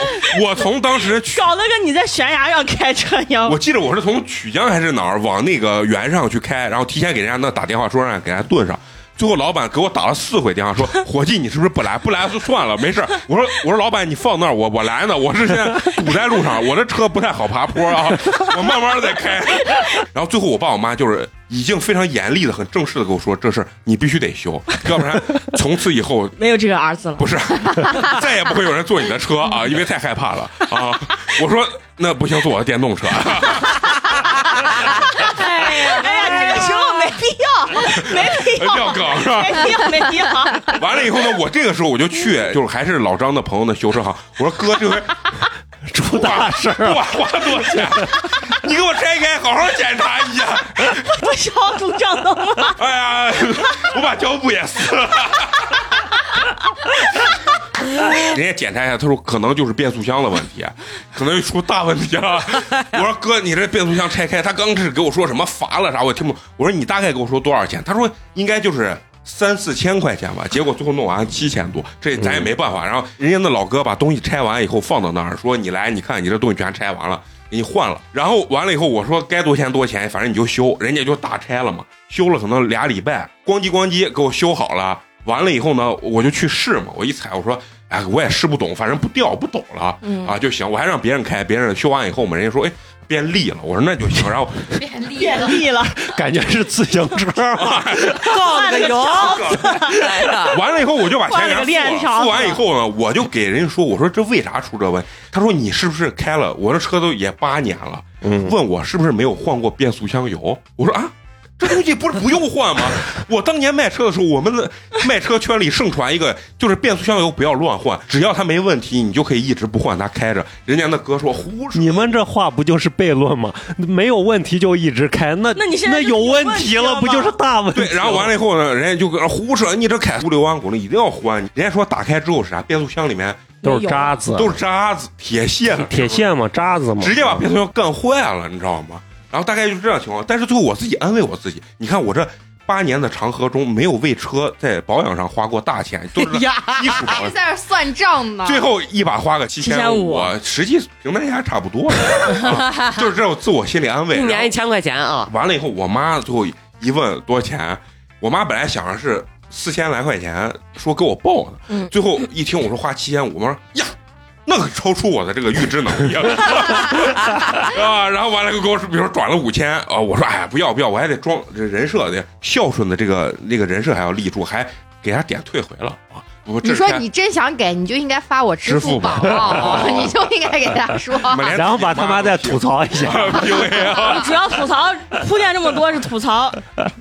我从当时去。搞得跟你在悬崖上开车一样我，记得我是从曲江还是哪儿往那个原上去开，然后提前给人家那打电话说让人给人家炖上。最后老板给我打了四回电话，说伙计你是不是不来？不来就算了，没事儿。我说我说老板你放那儿，我我来呢。我是现在堵在路上，我这车不太好爬坡 [LAUGHS] 啊，我慢慢再开。然后最后我爸我妈就是已经非常严厉的、很正式的跟我说，这事儿你必须得修，要不然从此以后没有这个儿子了。不 [LAUGHS] 是，再也不会有人坐你的车啊，因为太害怕了啊！我说那不行，坐我的电动车。啊 [LAUGHS] 哎 [LAUGHS] 呀，这个时候没必要，没必要，撂梗是吧？没必要，没必要。 [LAUGHS] 完了以后呢，我这个时候我就去，就是还是老张的朋友的修车行，我说哥，这回 [LAUGHS] 出大事儿不管花多少钱，你给我拆开，好好检查一下。不需要主张的吗？哎呀，我把胶布也撕了。人家检查一下，他说可能就是变速箱的问题，啊可能出大问题了。我说哥，你这变速箱拆开，他刚开始给我说什么罚了啥，我也听不懂。我说你大概给我说多少钱？他说应该就是三四千块钱吧。结果最后弄完七千多，这咱也没办法。然后人家那老哥把东西拆完以后放到那儿，说你来，你看你这东西全拆完了。给你换了，然后完了以后，我说该多钱多钱，反正你就修，人家就大拆了嘛，修了可能俩礼拜，咣叽咣叽给我修好了。完了以后呢，我就去试嘛，我一踩，我说，哎，我也试不懂，反正不掉不抖了、啊就行。我还让别人开，别人修完以后嘛，人家说，哎，变利了，我说那就行。然后便利便利了，感觉是自行车 [LAUGHS] 嘛。告了个油，来的，完了以后，我就把钱给他换了个链付条了。子付完以后呢，我就给人家说，我说这为啥出这问题？他说你是不是开了？我这车都也八年了，嗯问我是不是没有换过变速箱油？我说啊。这东西不是不用换吗？ [LAUGHS] 我当年卖车的时候，我们的卖车圈里盛传一个，就是变速箱油不要乱换，只要它没问题，你就可以一直不换它开着。人家那哥说胡扯，你们这话不就是悖论吗？没有问题就一直开，那那你现在就有有问问题题了，了不就是大问题？对，然后完了以后呢，人家就搁那胡扯，你这凯苏六弯轱辘一定要换。人家说打开之后是啥？变速箱里面都是渣子，都是渣子、铁屑了，铁线嘛，渣子嘛，直接把变速箱干坏了，你知道吗？然后大概就是这样情况。但是最后我自己安慰我自己，你看我这八年的长河中，没有为车在保养上花过大钱，都 [LAUGHS] 是基础保还养。在这算账啊呢。最后一把花个七五，实际平摊下来差不多 [LAUGHS] 了，啊就是这种自我心理安慰。一然年后一千块钱啊，完了以后，我妈最后一问多少钱，我妈本来想着是四千来块钱，说给我报呢。嗯最后一听我说花七千五，我妈说呀。那个超出我的这个预知能力 [LAUGHS] 啊！然后完了又给我说，比如说转了五千啊，我说哎呀不要不要，我还得装这人设得孝顺的这个那个人设还要立住，还给他点退回了啊！我这你说天你真想给，你就应该发我支付宝，啊支付宝 [LAUGHS] 你就应该给他说。我们连然后把他妈再自己吐槽一下。妈都 PUA [LAUGHS] 啊！ [LAUGHS] 主要吐槽铺垫这么多是吐槽，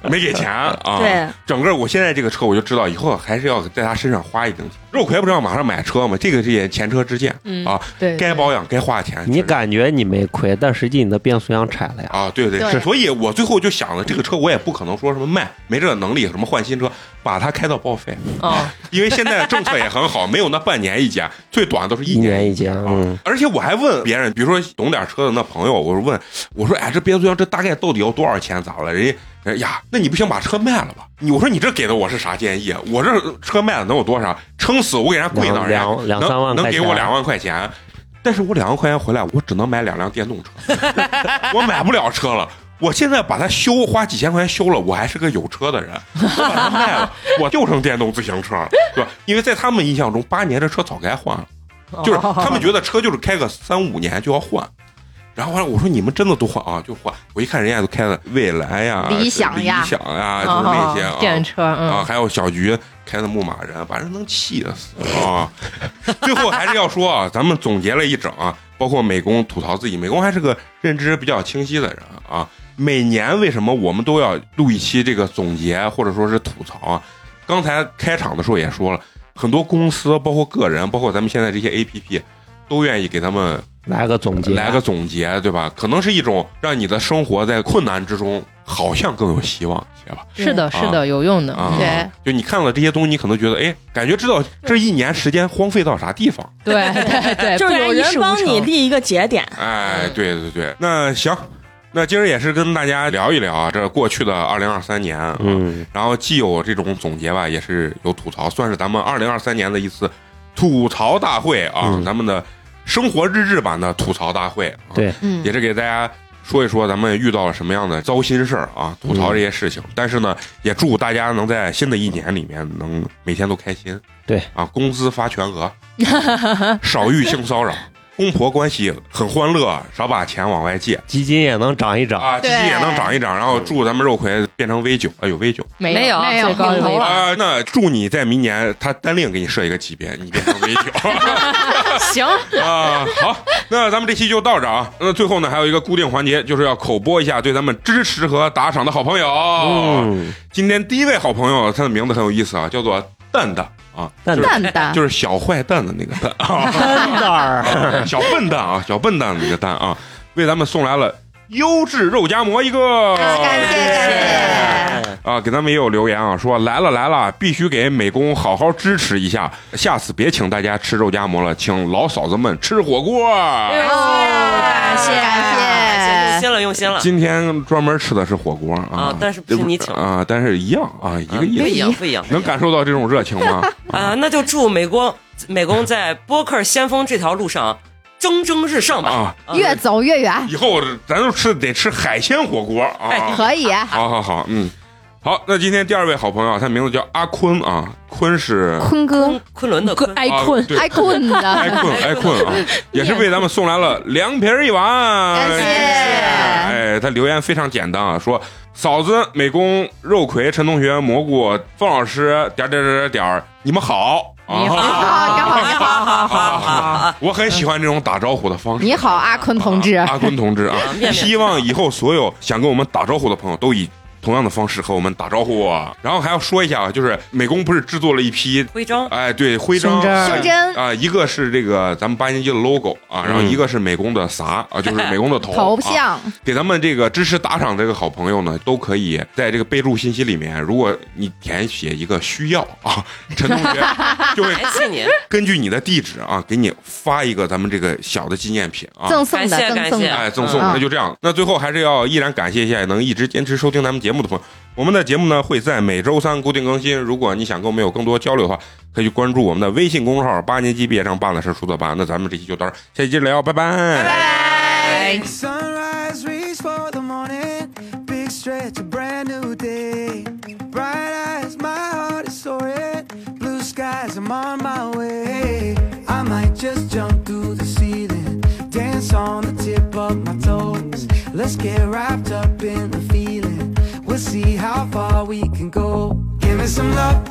没给钱 [LAUGHS] 啊！对，整个我现在这个车，我就知道以后还是要在他身上花一定钱。肉葵不是要马上买车吗？这个是也前车之鉴、嗯啊，对，该保养该花钱。你感觉你没亏，但实际你的变速箱拆了呀。啊？对对对是所以我最后就想了，这个车我也不可能说什么卖，没这个能力，什么换新车，把它开到报废，哦啊，因为现在的政策也很好，没有那半年一检，最短都是一一年年一检，啊嗯，而且我还问别人，比如说懂点车的那朋友，我问我说：“哎，这变速箱这大概到底要多少钱？咋了？”人家哎呀，那你不行把车卖了吧？你我说你这给的我是啥建议？我这车卖了能有多少？撑死我给人家跪那儿，两两两人家能三万块能给钱我两万块钱， [LAUGHS] 但是我两万块钱回来，我只能买两辆电动车，我买不了车了。我现在把它修，花几千块钱修了，我还是个有车的人。 [LAUGHS] 我把它卖了，我就剩电动自行车了，对吧？因为在他们印象中，八年这车早该换了，就是哦他们觉得车就是开个三五年就要换。然后后来我说你们真的都换啊，就换。我一看人家都开的蔚来呀、理想呀理想呀，就是那些啊，哦电车，啊，嗯，还有小菊开的牧马人，把人能气死啊！最后还是要说啊，咱们总结了一整啊，包括美工吐槽自己，美工还是个认知比较清晰的人啊。每年为什么我们都要录一期这个总结或者说是吐槽啊？刚才开场的时候也说了，很多公司包括个人，包括咱们现在这些 APP，都愿意给他们来个总结，来个总结，对吧？可能是一种让你的生活在困难之中好像更有希望一些吧。是的，是的，有用的，啊，对，就你看了这些东西，你可能觉得，哎，感觉知道这一年时间荒废到啥地方。对对对，就是有人帮你立一个节点，嗯哎，对对对，那行，那今儿也是跟大家聊一聊啊，这过去的二零二三年，，啊嗯，然后既有这种总结吧，也是有吐槽，算是咱们二零二三年的一次吐槽大会啊，嗯咱们的生活日志版的吐槽大会、啊。对，嗯也，是给大家说一说咱们遇到了什么样的糟心事儿嗯啊，吐槽这些事情。但是呢，也祝大家能在新的一年里面能每天都开心。对嗯啊，工资发全额，少遇性骚 [LAUGHS] 扰，公婆关系很欢乐，少把钱往外借基金也能涨一涨，啊，基金也能涨一涨。然后祝咱们肉葵变成 V 九啊，有 V 九没有没有最高顶头有了啊、那祝你在明年他单另给你设一个级别，你变成 V 九。 [LAUGHS] 行，啊、好，那咱们这期就到这儿啊。那最后呢，还有一个固定环节，就是要口播一下对咱们支持和打赏的好朋友。嗯，今天第一位好朋友，他的名字很有意思啊，叫做蛋蛋啊，蛋就是蛋蛋，就是小坏蛋的那个蛋 [LAUGHS] 真的儿，啊，小笨蛋啊，小笨蛋的那个蛋啊，为咱们送来了优质肉夹馍一个，啊感谢感谢。啊，给咱们也有留言啊，说来了来了，必须给美工好好支持一下，下次别请大家吃肉夹馍了，请老嫂子们吃火锅。哦，感谢哎行用感谢，心了，用心了今天专门吃的是火锅啊，啊但是不是你请啊，但是一样啊，一个意不一思。样，不一样，能感受到这种热情吗？ [LAUGHS] 啊！那就祝美工美工在播客先锋这条路上蒸蒸日上吧！啊，啊越走越远，以后咱就吃得吃海鲜火锅啊！哎可以，好好好，嗯，好，那今天第二位好朋友，他名字叫阿坤啊，坤是坤哎哥昆昆仑的昆，爱啊困，对爱困爱的， [LAUGHS] 困爱困啊，也是为咱们送来了凉皮儿一碗，感谢哎，他留言非常简单啊，说嫂子、美工、肉葵、陈同学、蘑菇、方老师，点儿点儿点儿点儿，你们好，你好啊好，刚好好好好好好好。我很喜欢这种打招呼的方 [LAUGHS] 式。你好，阿坤同志啊，，阿坤同志啊啊，面面希望以后所有想跟我们打招呼的朋友都以。同样的方式和我们打招呼啊，然后还要说一下啊，就是美工不是制作了一批，徽章哎，对， [LAUGHS] 徽章、胸针啊胸针啊，一个是这个咱们八年级的 logo 啊，然后嗯一个是美工的啥啊， [LAUGHS] 就是美工的头头啊像，给咱们这个支持打赏这个好朋友呢，都可以在这个备注信息里面，如果你填写一个需要啊，陈同 [LAUGHS] 学就会感谢你，根据你的地址啊，给你发一个咱们这个小的纪念品啊。赠送的，感谢赠送感的，哎，赠送，嗯那就这样。那最后还是要依然感谢一下能一直坚持收听咱们节目的朋友。我们的节目呢会在每周三固定更新。如果你想跟我们有更多交流的话，可以去关注我们的微信公众号“八年级毕业生办的事儿说的办”。那咱们这期就到这儿，下期接着聊， [LAUGHS] 拜拜拜。 Sunrise, reach for the morning. Big stretch, a brand new day. Bright eyes, my heart is soaring. Blue skies, I'm on my way. I might just jump through the ceiling. Dance on the tip of my toes. Let's get wrapped up in the feeling. We'll see how far we can go. Give me some love.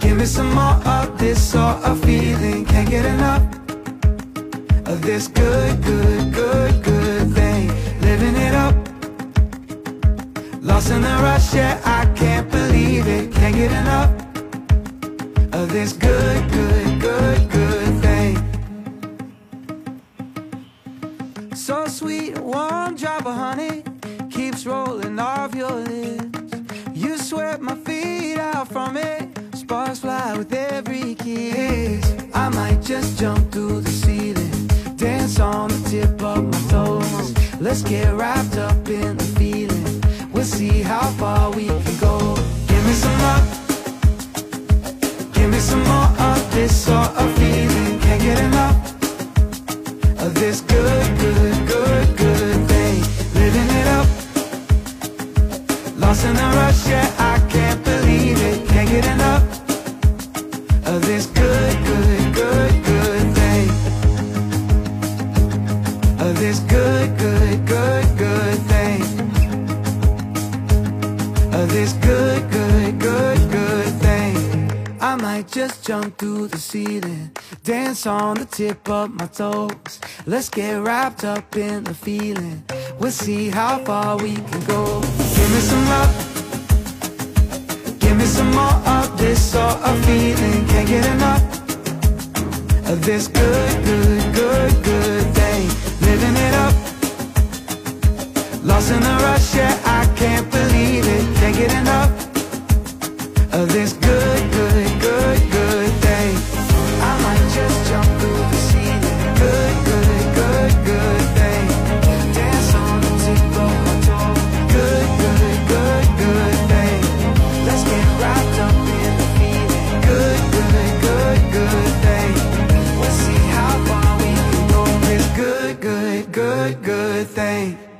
Give me some more of this sort of feeling. Can't get enough of this good, good, good, good thing. Living it up. Lost in the rush, yeah, I can't believe it. Can't get enough of this good, good, good, good thing. So sweet, a warm drop of honey keeps rolling off your lips. You swept my feet out from it. Sparks fly with every kiss. I might just jump through the ceiling, dance on the tip of my toes. Let's get wrapped up in the feeling. We'll see how far we can go. Give me some love. Give me some more of this sort of feeling. Can't get enough of this good, good, good, good thing. Living it Lost in the rush, yeah, I can't believe it. Can't get enough of this good, good, good, good thing. Of this good, good, good, good thing. Of this good, good, good, good thing. I might just jump through the ceiling, dance on the tip of my toes. Let's get wrapped up in the feeling. We'll see how far we can go. Give me some love. Give me some more of this sort of feeling. Can't get enough of this good, good, good, good thing. Living it up. Lost in the rush, yeah, I can't believe it. Can't get enough of this good, good, good, good thing. I might just jump through the ceiling. Good, good, good, good thing. Dance on the tip of my toe. Good, good, good, good thing. Let's get wrapped up in the feeling. Good, good, good, good thing. We'll see how far we can go. This good, good, good, good thing.